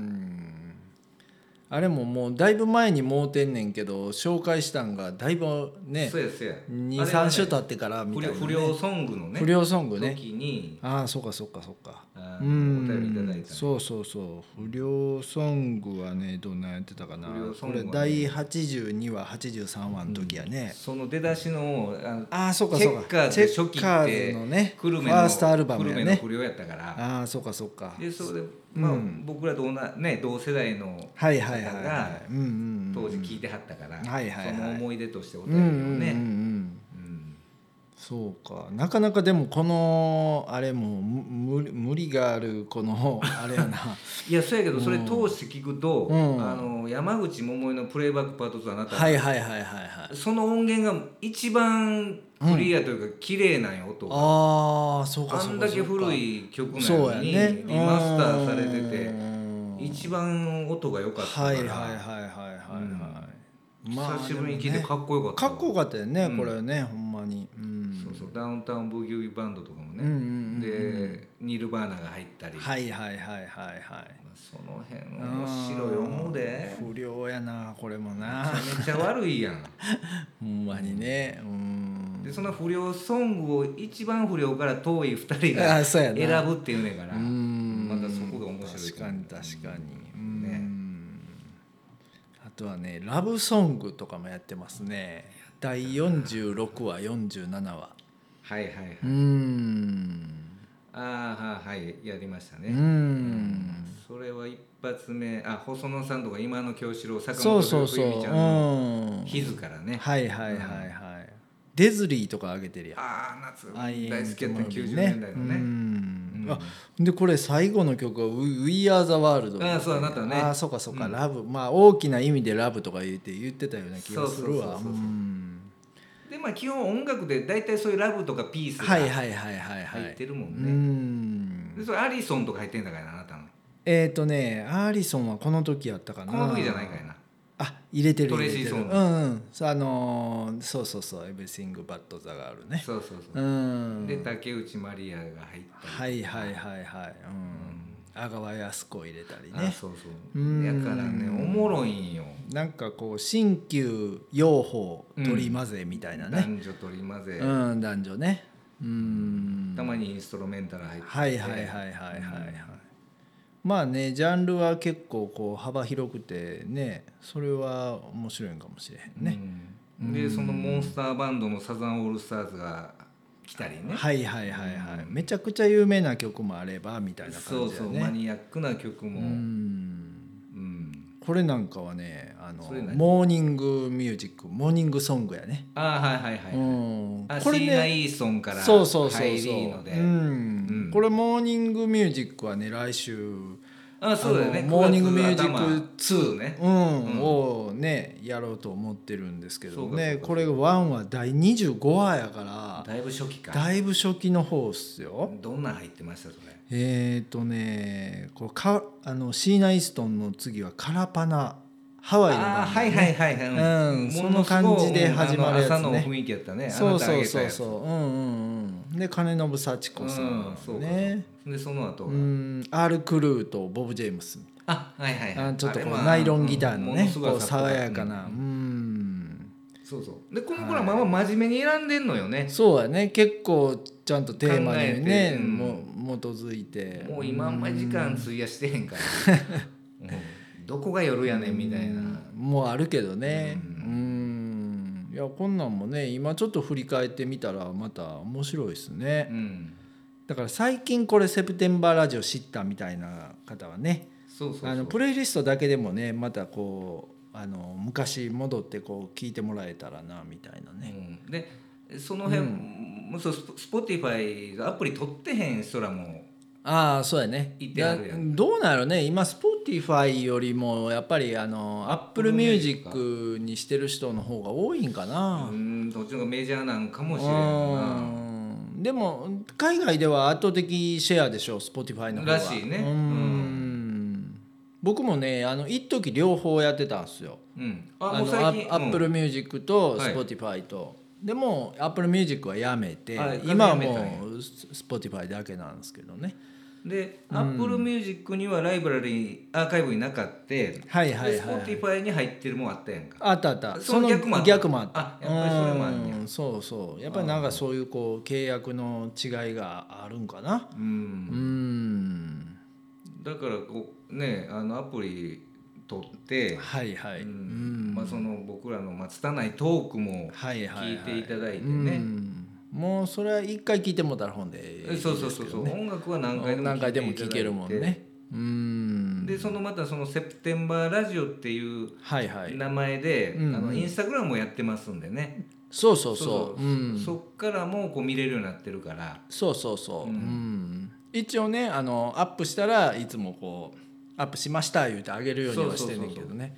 Speaker 2: あれももうだいぶ前にもうてんねんけど紹介したんがだいぶね
Speaker 1: そうやそうやあれは
Speaker 2: 23
Speaker 1: ね
Speaker 2: 週経ってからみ
Speaker 1: 不
Speaker 2: たい
Speaker 1: 良不
Speaker 2: なね
Speaker 1: 良ソングのね
Speaker 2: 不良ソングね
Speaker 1: 時に
Speaker 2: ああそうかそうかそうか
Speaker 1: あお便りいただいたね
Speaker 2: そうそうそう不良ソングはねどんなんやってたかな、
Speaker 1: 不良ソングは
Speaker 2: これ
Speaker 1: ね
Speaker 2: 第82話83話の時やね、
Speaker 1: その出だしのあの
Speaker 2: ああそうかそうか
Speaker 1: チェッカーズ初期
Speaker 2: チェッカ
Speaker 1: っ
Speaker 2: ー
Speaker 1: て
Speaker 2: ズのね
Speaker 1: 久留米
Speaker 2: フ
Speaker 1: の
Speaker 2: ァーストアルバムや
Speaker 1: 久
Speaker 2: ね
Speaker 1: 留米の不良やったから
Speaker 2: ああそうかそうか
Speaker 1: でそれで、まあ
Speaker 2: うん
Speaker 1: 僕らと同じね、同世代の方
Speaker 2: はいはいはいは
Speaker 1: が
Speaker 2: いうんうんうん
Speaker 1: 当時聞いてはったから、
Speaker 2: はいはいはい
Speaker 1: その思い出としてお
Speaker 2: う
Speaker 1: 便
Speaker 2: ん
Speaker 1: り
Speaker 2: う
Speaker 1: を
Speaker 2: んうんう
Speaker 1: ね、
Speaker 2: ん
Speaker 1: うん
Speaker 2: そうかなかなかでもこのあれもむ無理無理があるこのあれやない
Speaker 1: や そうやけどそれ通して聞くと、
Speaker 2: うん
Speaker 1: あの山口百恵の「プレイバックパート2」あなた、
Speaker 2: はいはいはいはいはい
Speaker 1: その音源が一番クリアというか綺麗なんよ音が、
Speaker 2: ああそうか
Speaker 1: あ
Speaker 2: そうんか
Speaker 1: だ
Speaker 2: そ
Speaker 1: け
Speaker 2: うか
Speaker 1: 古い曲な
Speaker 2: そう
Speaker 1: の
Speaker 2: や
Speaker 1: に、
Speaker 2: ね
Speaker 1: リマスターされて
Speaker 2: う
Speaker 1: て
Speaker 2: ん
Speaker 1: 一番音が良かったから、
Speaker 2: はいはいはいはいはいはい、まあ
Speaker 1: 久しぶりに聞いてかっこよかった
Speaker 2: か
Speaker 1: わ
Speaker 2: っこよかったよね、
Speaker 1: うん
Speaker 2: これはねほんまに、うん、
Speaker 1: そうそうダウンタウンブギウギバンドとかもね、
Speaker 2: うんうんうんうん
Speaker 1: でニルバーナが入ったり、
Speaker 2: はいはいはいはいはい
Speaker 1: まあその辺面白い思うで
Speaker 2: うん不良やなこれもな
Speaker 1: めっちゃ悪いやん
Speaker 2: ほんまに ねうん
Speaker 1: でその不良ソングを一番不良から遠い2人
Speaker 2: あ
Speaker 1: が
Speaker 2: そうやな
Speaker 1: 選ぶっていうねんから
Speaker 2: うん
Speaker 1: またそこが面白い
Speaker 2: 確かに確かにうん、
Speaker 1: ね
Speaker 2: あとはねラブソングとかもやってますね第46話47話
Speaker 1: はいはいはいう
Speaker 2: ーん
Speaker 1: ああはいやりましたね
Speaker 2: うーん
Speaker 1: それは一発目あ細野さんとか今の京志郎坂
Speaker 2: そ
Speaker 1: 本
Speaker 2: うそうそう
Speaker 1: 冬
Speaker 2: う
Speaker 1: 美ちゃんの
Speaker 2: ん
Speaker 1: 日ズからね、
Speaker 2: はいはいはいはいデズリーとかあげてるやん
Speaker 1: ああ夏
Speaker 2: アイエン
Speaker 1: 大好きやった
Speaker 2: トモロビー
Speaker 1: 90年代の
Speaker 2: う
Speaker 1: ね
Speaker 2: ん
Speaker 1: うん
Speaker 2: あでこれ最後の曲は We We Are the World」
Speaker 1: あそうあなたね
Speaker 2: あそうかそうか、ラブまあ大きな意味でラブとか言って言ってたような気がするわ
Speaker 1: そうそうそうそう
Speaker 2: うん
Speaker 1: でまあ基本音楽で大体そういうラブとかピースが
Speaker 2: はいはいはいはいはい
Speaker 1: 入ってるもん
Speaker 2: う
Speaker 1: ね、
Speaker 2: ん
Speaker 1: でそれアリソンとか入ってんだからなあなたの
Speaker 2: えっ、とねアーリソンはこの時やったかな
Speaker 1: この時じゃないかいな
Speaker 2: あ入れてる
Speaker 1: ト
Speaker 2: 入
Speaker 1: レ
Speaker 2: れ
Speaker 1: イシー
Speaker 2: てるう
Speaker 1: ソン
Speaker 2: ん
Speaker 1: グ
Speaker 2: うんそうあのーそうそうそう「Everything But the Girl ね」
Speaker 1: そうそう
Speaker 2: う
Speaker 1: そう、
Speaker 2: ん
Speaker 1: で竹内まりやが入ったり
Speaker 2: はいはいはいはいうん阿川靖子入れたり
Speaker 1: あ
Speaker 2: ね
Speaker 1: そうそう
Speaker 2: うん
Speaker 1: だからねおもろいんよ、
Speaker 2: なんかこう新旧養蜂取り混ぜみたいなね
Speaker 1: 男女取り混ぜ、
Speaker 2: うん、男女ねうん
Speaker 1: たまにインストロメンタル入ってて
Speaker 2: はいはいはいはいはいはいまあねジャンルは結構こう幅広くてねそれは面白いんかもしれへんね、
Speaker 1: うんでそのモンスターバンドのサザンオールスターズが来たりね
Speaker 2: はいはいはいはいめちゃくちゃ有名な曲もあればみたいな
Speaker 1: そ
Speaker 2: 感
Speaker 1: う
Speaker 2: じだ
Speaker 1: そ
Speaker 2: ね
Speaker 1: うマニアックな曲も、う
Speaker 2: うんんこれなんかはねあの
Speaker 1: それ何
Speaker 2: モーニングミュージックモーニングソングやね、
Speaker 1: ああはいはいはい、
Speaker 2: うん
Speaker 1: あ
Speaker 2: これ
Speaker 1: シーナ・
Speaker 2: ね
Speaker 1: イーソンから
Speaker 2: そうそうそうそう、
Speaker 1: 入りので、
Speaker 2: うん
Speaker 1: うん
Speaker 2: これモーニングミュージックはね来週
Speaker 1: あそうだよね
Speaker 2: あのモーニングミュージック
Speaker 1: 2ね
Speaker 2: うん、
Speaker 1: うん
Speaker 2: をねやろうと思ってるんですけど
Speaker 1: そうかそう
Speaker 2: ね
Speaker 1: か
Speaker 2: これが1は第25話やから
Speaker 1: だいぶ初期か
Speaker 2: だいぶ初期の方っすよ。
Speaker 1: どんなん入ってましたそれ
Speaker 2: えっ、ー、とねこれかあのシーナ・イーストンの次は「カラパナ」ハワイの
Speaker 1: ああ
Speaker 2: バ
Speaker 1: はい
Speaker 2: ンド
Speaker 1: はいはいはい、
Speaker 2: うん
Speaker 1: も
Speaker 2: その
Speaker 1: のすごい
Speaker 2: 感じで始まるやつね
Speaker 1: あの朝の雰囲気やったね
Speaker 2: そうそ
Speaker 1: あなたが挙
Speaker 2: うそう
Speaker 1: げたやつ
Speaker 2: そううんうんうんで金信幸子さ
Speaker 1: うん
Speaker 2: ん
Speaker 1: そうか
Speaker 2: ね
Speaker 1: そうでその後
Speaker 2: う
Speaker 1: が、
Speaker 2: ん R クルーとボブ・ジェームス
Speaker 1: あはいはいはい
Speaker 2: あちょっと
Speaker 1: あ
Speaker 2: こ
Speaker 1: れま
Speaker 2: う
Speaker 1: あ
Speaker 2: ナイロンギターの
Speaker 1: うんも
Speaker 2: ね
Speaker 1: のすごい
Speaker 2: こう爽やかな
Speaker 1: う
Speaker 2: うんん
Speaker 1: そうそうでこの子らまあまあ真面目に選んでんのよね、
Speaker 2: そうやね結構ちゃんとテーマ
Speaker 1: 考
Speaker 2: に
Speaker 1: え
Speaker 2: ね
Speaker 1: てうん
Speaker 2: も基づいて
Speaker 1: もう今あんまり時間費やしてへん から、うんどこが夜やねんみたいな、
Speaker 2: もうあるけどね
Speaker 1: う
Speaker 2: うんいやこんなんもね今ちょっと振り返ってみたらまた面白いですね
Speaker 1: うん
Speaker 2: だから最近これ「セプテンバーラジオ」知ったみたいな方はね
Speaker 1: そうそうそう
Speaker 2: あのプレイリストだけでもねまたこうあの昔戻ってこう聞いてもらえたらなみたいなね
Speaker 1: うんでその辺、もうそうスポティファイがアプリ取ってへん人らも
Speaker 2: ああそうやね
Speaker 1: 行ってはるやん
Speaker 2: だどうなるね今 Spotify よりもやっぱりあの
Speaker 1: Apple
Speaker 2: AppleMusic にしてる人の方が多いんか
Speaker 1: う
Speaker 2: な、
Speaker 1: んどっちの方がメジャーなんかもしれんな
Speaker 2: うんでも海外では圧倒的シェアでしょ Spotify の方が
Speaker 1: らしいね
Speaker 2: うん僕もねあの一時両方やってたんですよ
Speaker 1: うんあ
Speaker 2: あ
Speaker 1: もう
Speaker 2: の
Speaker 1: 最
Speaker 2: ア
Speaker 1: 近
Speaker 2: ップルミュージックと
Speaker 1: はい
Speaker 2: Spotify と、でもアップルミュージックはやめて
Speaker 1: あ完全に
Speaker 2: 今は
Speaker 1: やめたんや
Speaker 2: もう Spotify だけなんですけどね
Speaker 1: うで、
Speaker 2: うん
Speaker 1: アップルミュージックにはライブラリーアーカイブになかって、
Speaker 2: はいはい
Speaker 1: スポ
Speaker 2: は
Speaker 1: テ
Speaker 2: い
Speaker 1: ィファイに入ってるもんあったやんか
Speaker 2: あったあった
Speaker 1: その逆もあった
Speaker 2: 逆もあった
Speaker 1: あやっぱりそれもあんねや
Speaker 2: うんそうそうやっぱりなんかそういうこう契約の違いがあるんかな
Speaker 1: う
Speaker 2: うんん
Speaker 1: だからこうねあのアプリ取って、
Speaker 2: はいはい、
Speaker 1: う
Speaker 2: うん
Speaker 1: んまあ、その僕らのまあ拙いトークも
Speaker 2: はいはい、はい、
Speaker 1: 聞いていただいてね
Speaker 2: うんもうそれは一回聞いてもらったら本でいいですけ
Speaker 1: そ
Speaker 2: ど
Speaker 1: う
Speaker 2: ね
Speaker 1: そうそうそう、音楽は何回でも
Speaker 2: 何回でも聞
Speaker 1: いただいて
Speaker 2: けるもんねうん
Speaker 1: でそのまたその「セプテンバーラジオ」っていう
Speaker 2: はいはい
Speaker 1: 名前で、
Speaker 2: うんうん
Speaker 1: あのインスタグラムもやってますんでね
Speaker 2: そうそうそううん
Speaker 1: そっからもこう見れるようになってるから
Speaker 2: そうそうそう
Speaker 1: う
Speaker 2: うんん一応ねあのアップしたらいつもこうアップしました言うてあげるようにはしてんねんけどね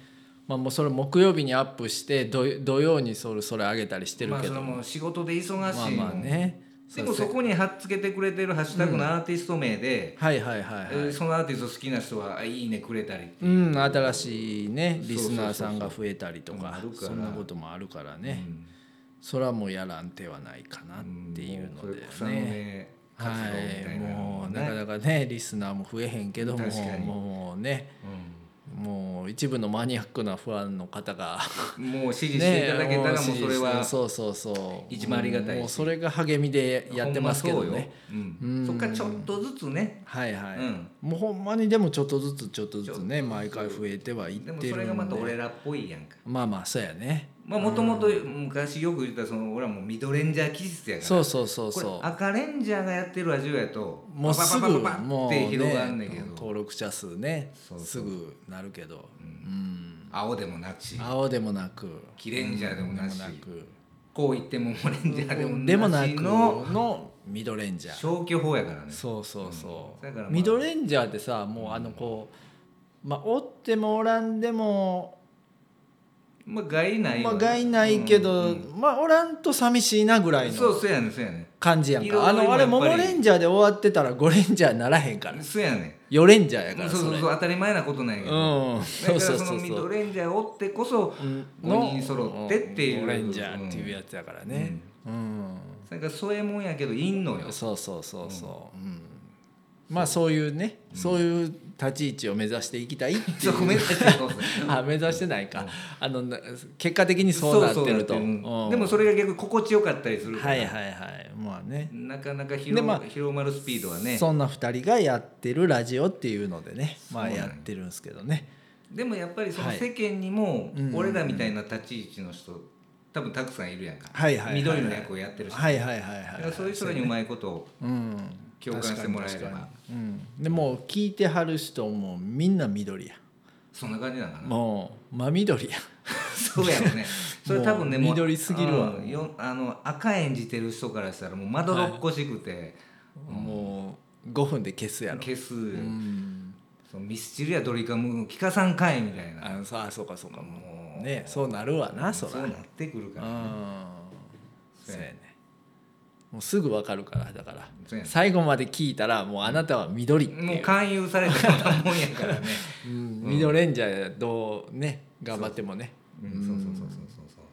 Speaker 2: まあもうそれ木曜日にアップして土土曜にそれそれあげたりしてる
Speaker 1: まあ
Speaker 2: け
Speaker 1: それ
Speaker 2: ど
Speaker 1: はもう仕事で忙しい
Speaker 2: まあまあね
Speaker 1: でもそこに貼っつけてくれてるハッシュタグのアーティスト名で、
Speaker 2: はいはいはい
Speaker 1: え
Speaker 2: は
Speaker 1: ー
Speaker 2: い
Speaker 1: そのアーティスト好きな人はあ「いいね」くれたりって
Speaker 2: うん新しいね
Speaker 1: そうそう
Speaker 2: リ
Speaker 1: そう
Speaker 2: ス
Speaker 1: そう
Speaker 2: ナーさんが増えたりとか
Speaker 1: うんあるから
Speaker 2: そんなこともあるから
Speaker 1: う
Speaker 2: ね
Speaker 1: ん
Speaker 2: それはもうやらん手はないかなっていう
Speaker 1: そ
Speaker 2: の
Speaker 1: れ
Speaker 2: で
Speaker 1: 草の
Speaker 2: ね。
Speaker 1: 根活動
Speaker 2: は
Speaker 1: みた
Speaker 2: い、
Speaker 1: いなの
Speaker 2: も
Speaker 1: も
Speaker 2: う
Speaker 1: ね、
Speaker 2: なかなかねリスナーも増えへんけども
Speaker 1: 確かに
Speaker 2: もうね
Speaker 1: うん
Speaker 2: もう一部のマニアックなファンの方が
Speaker 1: もう支持してい
Speaker 2: ね
Speaker 1: ただけたらもう
Speaker 2: 支持
Speaker 1: それ
Speaker 2: して
Speaker 1: は
Speaker 2: そうそうそう
Speaker 1: 一番ありがたいし
Speaker 2: もうそれが励みでやってますけど
Speaker 1: ほんまそうよ
Speaker 2: ね、
Speaker 1: う、
Speaker 2: うんん
Speaker 1: そっからちょっとずつね、
Speaker 2: はいはい、
Speaker 1: うん
Speaker 2: もうほんまにでもちょっとずつちょっとずつね毎回増えてはいっ
Speaker 1: でも
Speaker 2: て
Speaker 1: そ
Speaker 2: る
Speaker 1: れがま
Speaker 2: ん
Speaker 1: た
Speaker 2: で
Speaker 1: 俺らっぽいやんか
Speaker 2: まあまあそうやね
Speaker 1: まあもともと昔よく言ってたその俺はもうミドレンジャー気質やから
Speaker 2: そうそうそうそう
Speaker 1: これ赤レンジャーがやってるラジオやと
Speaker 2: もうすぐ
Speaker 1: パパパパパパ
Speaker 2: も
Speaker 1: っ
Speaker 2: う、
Speaker 1: て
Speaker 2: ね、
Speaker 1: 広がんねんけど、
Speaker 2: 登録者数ね
Speaker 1: そうそう
Speaker 2: すぐなるけど、うん
Speaker 1: 青でもなくし
Speaker 2: 青でもなく
Speaker 1: キレンジャーでもなし
Speaker 2: でく
Speaker 1: こう言ってもモレンジャーでもなしの
Speaker 2: でもなくのミドレンジャー
Speaker 1: 消去法やからね
Speaker 2: そうそうそう、
Speaker 1: うんだからまあ
Speaker 2: ミドレンジャーってさもうあのこう、まあ、おってもおらんでも、
Speaker 1: まあ害ないよ
Speaker 2: まあ、
Speaker 1: ね
Speaker 2: 害ないけ
Speaker 1: うん
Speaker 2: ど、
Speaker 1: うん
Speaker 2: まあおらんと寂しいなぐらい
Speaker 1: そう
Speaker 2: の
Speaker 1: そうやねんそうやね
Speaker 2: 感じやん
Speaker 1: いろい
Speaker 2: か
Speaker 1: ろ
Speaker 2: あのあ
Speaker 1: 今
Speaker 2: れ
Speaker 1: や
Speaker 2: モ
Speaker 1: っぱり
Speaker 2: レンジャーで終わってたら5レンジャーならへんから
Speaker 1: んそうやね
Speaker 2: 4レンジャーや
Speaker 1: ん
Speaker 2: から
Speaker 1: そう
Speaker 2: そ
Speaker 1: そう
Speaker 2: れ
Speaker 1: そう当たり前なことなんやけど、
Speaker 2: うん
Speaker 1: だ
Speaker 2: そ
Speaker 1: か
Speaker 2: う
Speaker 1: ら
Speaker 2: そう
Speaker 1: そ
Speaker 2: そ
Speaker 1: の
Speaker 2: う
Speaker 1: ミ
Speaker 2: そ
Speaker 1: ド
Speaker 2: う
Speaker 1: レンジャーおってこそ5人揃ってっていう
Speaker 2: モレンジャーっていうやつやからねうん、
Speaker 1: それからそういうもんやけどいんのよ
Speaker 2: そうそうそうそう、うんまあそういうね、そういう立ち位置を目指していきたいってい
Speaker 1: そううごめんなさいそうそう
Speaker 2: あ目指してないか、あのな結果的にそうなってると
Speaker 1: そうそうなってる
Speaker 2: うん
Speaker 1: でもそれが逆に心地よかったりするから
Speaker 2: はいはいはいまあね
Speaker 1: なかなか
Speaker 2: で
Speaker 1: 広,、
Speaker 2: まあ
Speaker 1: 広まるスピードはね
Speaker 2: そんな2人がやってるラジオっていうのでねまあ
Speaker 1: そうなん
Speaker 2: や
Speaker 1: や
Speaker 2: ってるんですけどね
Speaker 1: でもやっぱりその
Speaker 2: はい
Speaker 1: 世間にも
Speaker 2: うん
Speaker 1: 俺らみたいな立ち位置の人多分たくさんいるやんか、
Speaker 2: はいはいはい
Speaker 1: 緑の役をやってる人、
Speaker 2: はいはいはい
Speaker 1: だ
Speaker 2: はい
Speaker 1: からそういう人らにうまいことを
Speaker 2: うん
Speaker 1: 共感してもらえれば
Speaker 2: 確かに確かにうん、でもう聞いてはる人もみんな緑や
Speaker 1: そんな感じなのかな、
Speaker 2: もう真緑や
Speaker 1: そうやろねそれ多分ね
Speaker 2: もう
Speaker 1: もう
Speaker 2: 緑すぎるわ
Speaker 1: うんよあの赤演じてる人からしたらもうまどろっこしくて、
Speaker 2: もう5分で消すやろ
Speaker 1: 消す、
Speaker 2: うん
Speaker 1: そのミスチルやドリカム聞かさんかいみたいな
Speaker 2: あそうあそうかそうかも
Speaker 1: も
Speaker 2: う
Speaker 1: う
Speaker 2: ねそうなるわなそら
Speaker 1: そうなってくるから、
Speaker 2: うん
Speaker 1: そ
Speaker 2: そうう
Speaker 1: や
Speaker 2: や
Speaker 1: ね
Speaker 2: ねもうすぐわかるからだから
Speaker 1: そうやね
Speaker 2: 最後まで聞いたらもうあなたは緑って
Speaker 1: も
Speaker 2: いうう
Speaker 1: 勧誘されたようなもんやからね
Speaker 2: うん緑レンジャーどうね頑張ってもね
Speaker 1: うんそうそうそうそうそうそう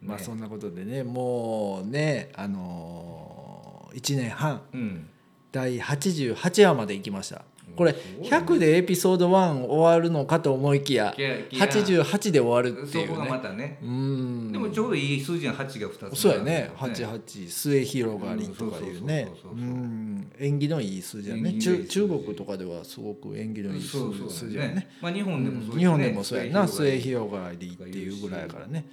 Speaker 2: まあ
Speaker 1: ね
Speaker 2: そんなことでねもうねあのー、1年半
Speaker 1: うん
Speaker 2: 第88話まで行きましたこれ
Speaker 1: すごいね
Speaker 2: 100でエピソード1終わるのかと思いきや
Speaker 1: いやいや
Speaker 2: 88で終わるって
Speaker 1: そ
Speaker 2: い
Speaker 1: こ
Speaker 2: う
Speaker 1: がま
Speaker 2: ね
Speaker 1: たね、
Speaker 2: うん
Speaker 1: でもちょうどいい数字の8が2つ
Speaker 2: そうやね88末広がりとかいうね
Speaker 1: うんそうそうそうそうそう
Speaker 2: うん縁起のいい数字や
Speaker 1: 縁
Speaker 2: ね
Speaker 1: 起のいい数
Speaker 2: 中
Speaker 1: 字
Speaker 2: 中国とかではすごく縁起のいい
Speaker 1: そうそう
Speaker 2: 数字
Speaker 1: だ
Speaker 2: や
Speaker 1: ね
Speaker 2: ね
Speaker 1: まあ日本でもそううんですね
Speaker 2: 日本でもそうやな末
Speaker 1: 広が
Speaker 2: 広がりっていうぐらいやからね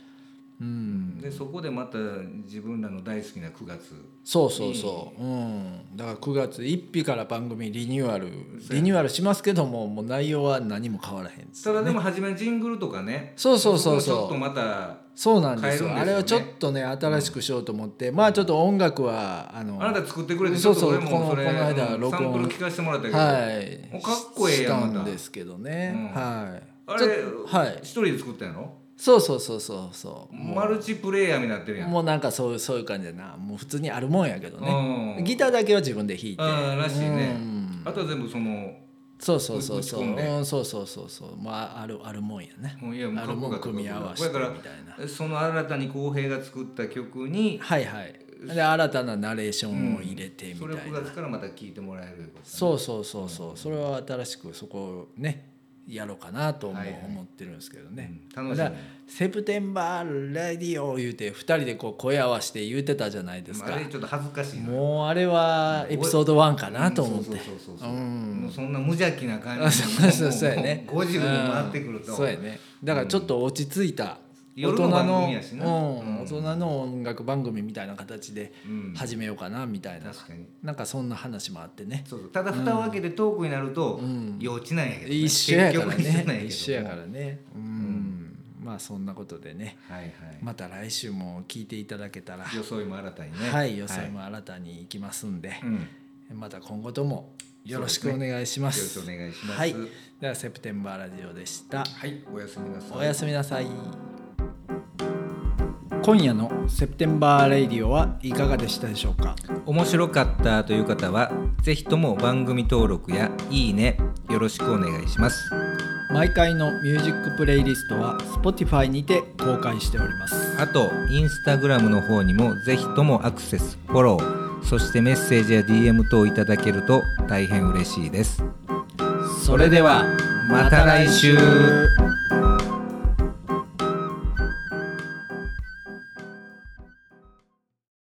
Speaker 2: うん
Speaker 1: りでそこでまた自分らの大好きな9月
Speaker 2: そうそうそううんだから9月1日から番組リニューアルリニューアルしますけどももう内容は何も変わらへん
Speaker 1: ただでも初めのジングルとかね
Speaker 2: そうそうそう
Speaker 1: こ
Speaker 2: そう
Speaker 1: こちょっとまた
Speaker 2: そうなんです
Speaker 1: 変えるんですよ
Speaker 2: よ
Speaker 1: ね
Speaker 2: あれをちょっとね新しくしようと思って、まあちょっと音楽はあの
Speaker 1: あなた作ってくれて
Speaker 2: そうそう
Speaker 1: ちょっと俺も
Speaker 2: このこの間
Speaker 1: うん
Speaker 2: 録音
Speaker 1: サンプル聞かせてもらったけど、
Speaker 2: はい
Speaker 1: おかっこええやん
Speaker 2: し
Speaker 1: ま
Speaker 2: た
Speaker 1: た
Speaker 2: んですけどね、
Speaker 1: うん
Speaker 2: はい
Speaker 1: あ
Speaker 2: ち
Speaker 1: れ
Speaker 2: ょっとはい
Speaker 1: 一人で作ったんやろ
Speaker 2: そうそうそうそうそう
Speaker 1: マルチプレイヤーになってるやん
Speaker 2: もうなんかそうそういう感じだなもう普通にあるもんやけどね、
Speaker 1: うん
Speaker 2: ギターだけは自分で弾いて
Speaker 1: あーらしいね
Speaker 2: うん
Speaker 1: あとは全部その
Speaker 2: そうそうそうそう、
Speaker 1: 打ち込んで
Speaker 2: うん、そうそうそうそうまああるあるもんやね
Speaker 1: もういやもう
Speaker 2: あるもん
Speaker 1: かっこ
Speaker 2: 組
Speaker 1: よか
Speaker 2: み合
Speaker 1: っ
Speaker 2: わ
Speaker 1: こ
Speaker 2: せ
Speaker 1: よ
Speaker 2: てみ
Speaker 1: かった
Speaker 2: い
Speaker 1: た
Speaker 2: な
Speaker 1: その新たに浩平が作った曲に
Speaker 2: はいはいで新たなナレーションを入れてみ
Speaker 1: そ
Speaker 2: た
Speaker 1: れを
Speaker 2: い
Speaker 1: 9
Speaker 2: な、
Speaker 1: 月からまた聞いてもらえることう
Speaker 2: そうそうそうそうそれは新しくそこをねやろうかなとも
Speaker 1: はいはい
Speaker 2: 思ってるんですけどね、
Speaker 1: うん楽しみ
Speaker 2: だからセプテンバーレディオ」言うて2人でこう声合わせて言うてたじゃないです
Speaker 1: あ
Speaker 2: か
Speaker 1: れちょっと恥ずかしいな
Speaker 2: もうあれはエピソード1かなと思って
Speaker 1: うんそうそうそうそうそう
Speaker 2: う
Speaker 1: もうそんな無邪気な感
Speaker 2: あ
Speaker 1: じ
Speaker 2: そうそうそうやね
Speaker 1: もう50で回ってくると、
Speaker 2: うんそうやねだからちょっと落ち着いた大
Speaker 1: 夜
Speaker 2: 人
Speaker 1: の番
Speaker 2: の
Speaker 1: 組やしな
Speaker 2: うん
Speaker 1: うん
Speaker 2: 大人の音楽番組みたいな形で
Speaker 1: うん
Speaker 2: 始めようかなみたいな
Speaker 1: 確かに
Speaker 2: なんかそんな話もあってね
Speaker 1: そうそうただ蓋を開けてトークになると、
Speaker 2: ん
Speaker 1: 幼稚なんやけどね、
Speaker 2: 一緒やから
Speaker 1: 結局一緒なんや
Speaker 2: ね
Speaker 1: けど
Speaker 2: 一緒やからねうんまあそんなことでね
Speaker 1: はいはい、
Speaker 2: また来週も聞いていただけたら
Speaker 1: 装いも新たにね
Speaker 2: はい予想も新たに行きますんで
Speaker 1: うん
Speaker 2: また今後ともよろしくお願いします
Speaker 1: そうですねよろしくお願
Speaker 2: はいい
Speaker 1: します
Speaker 2: ではセプテンバーラジオでした
Speaker 1: はいおやすみなさい
Speaker 2: おやすみなさい今夜のセプテンバーレイディオはいかがでしたでしょうか
Speaker 1: 面白かったという方はぜひとも番組登録やいいねよろしくお願いします
Speaker 2: 毎回のミュージックプレイリストは Spotify にて公開しております
Speaker 1: あとインスタグラムの方にもぜひともアクセスフォローそしてメッセージや DM 等いただけると大変嬉しいです
Speaker 2: それでは
Speaker 1: また来週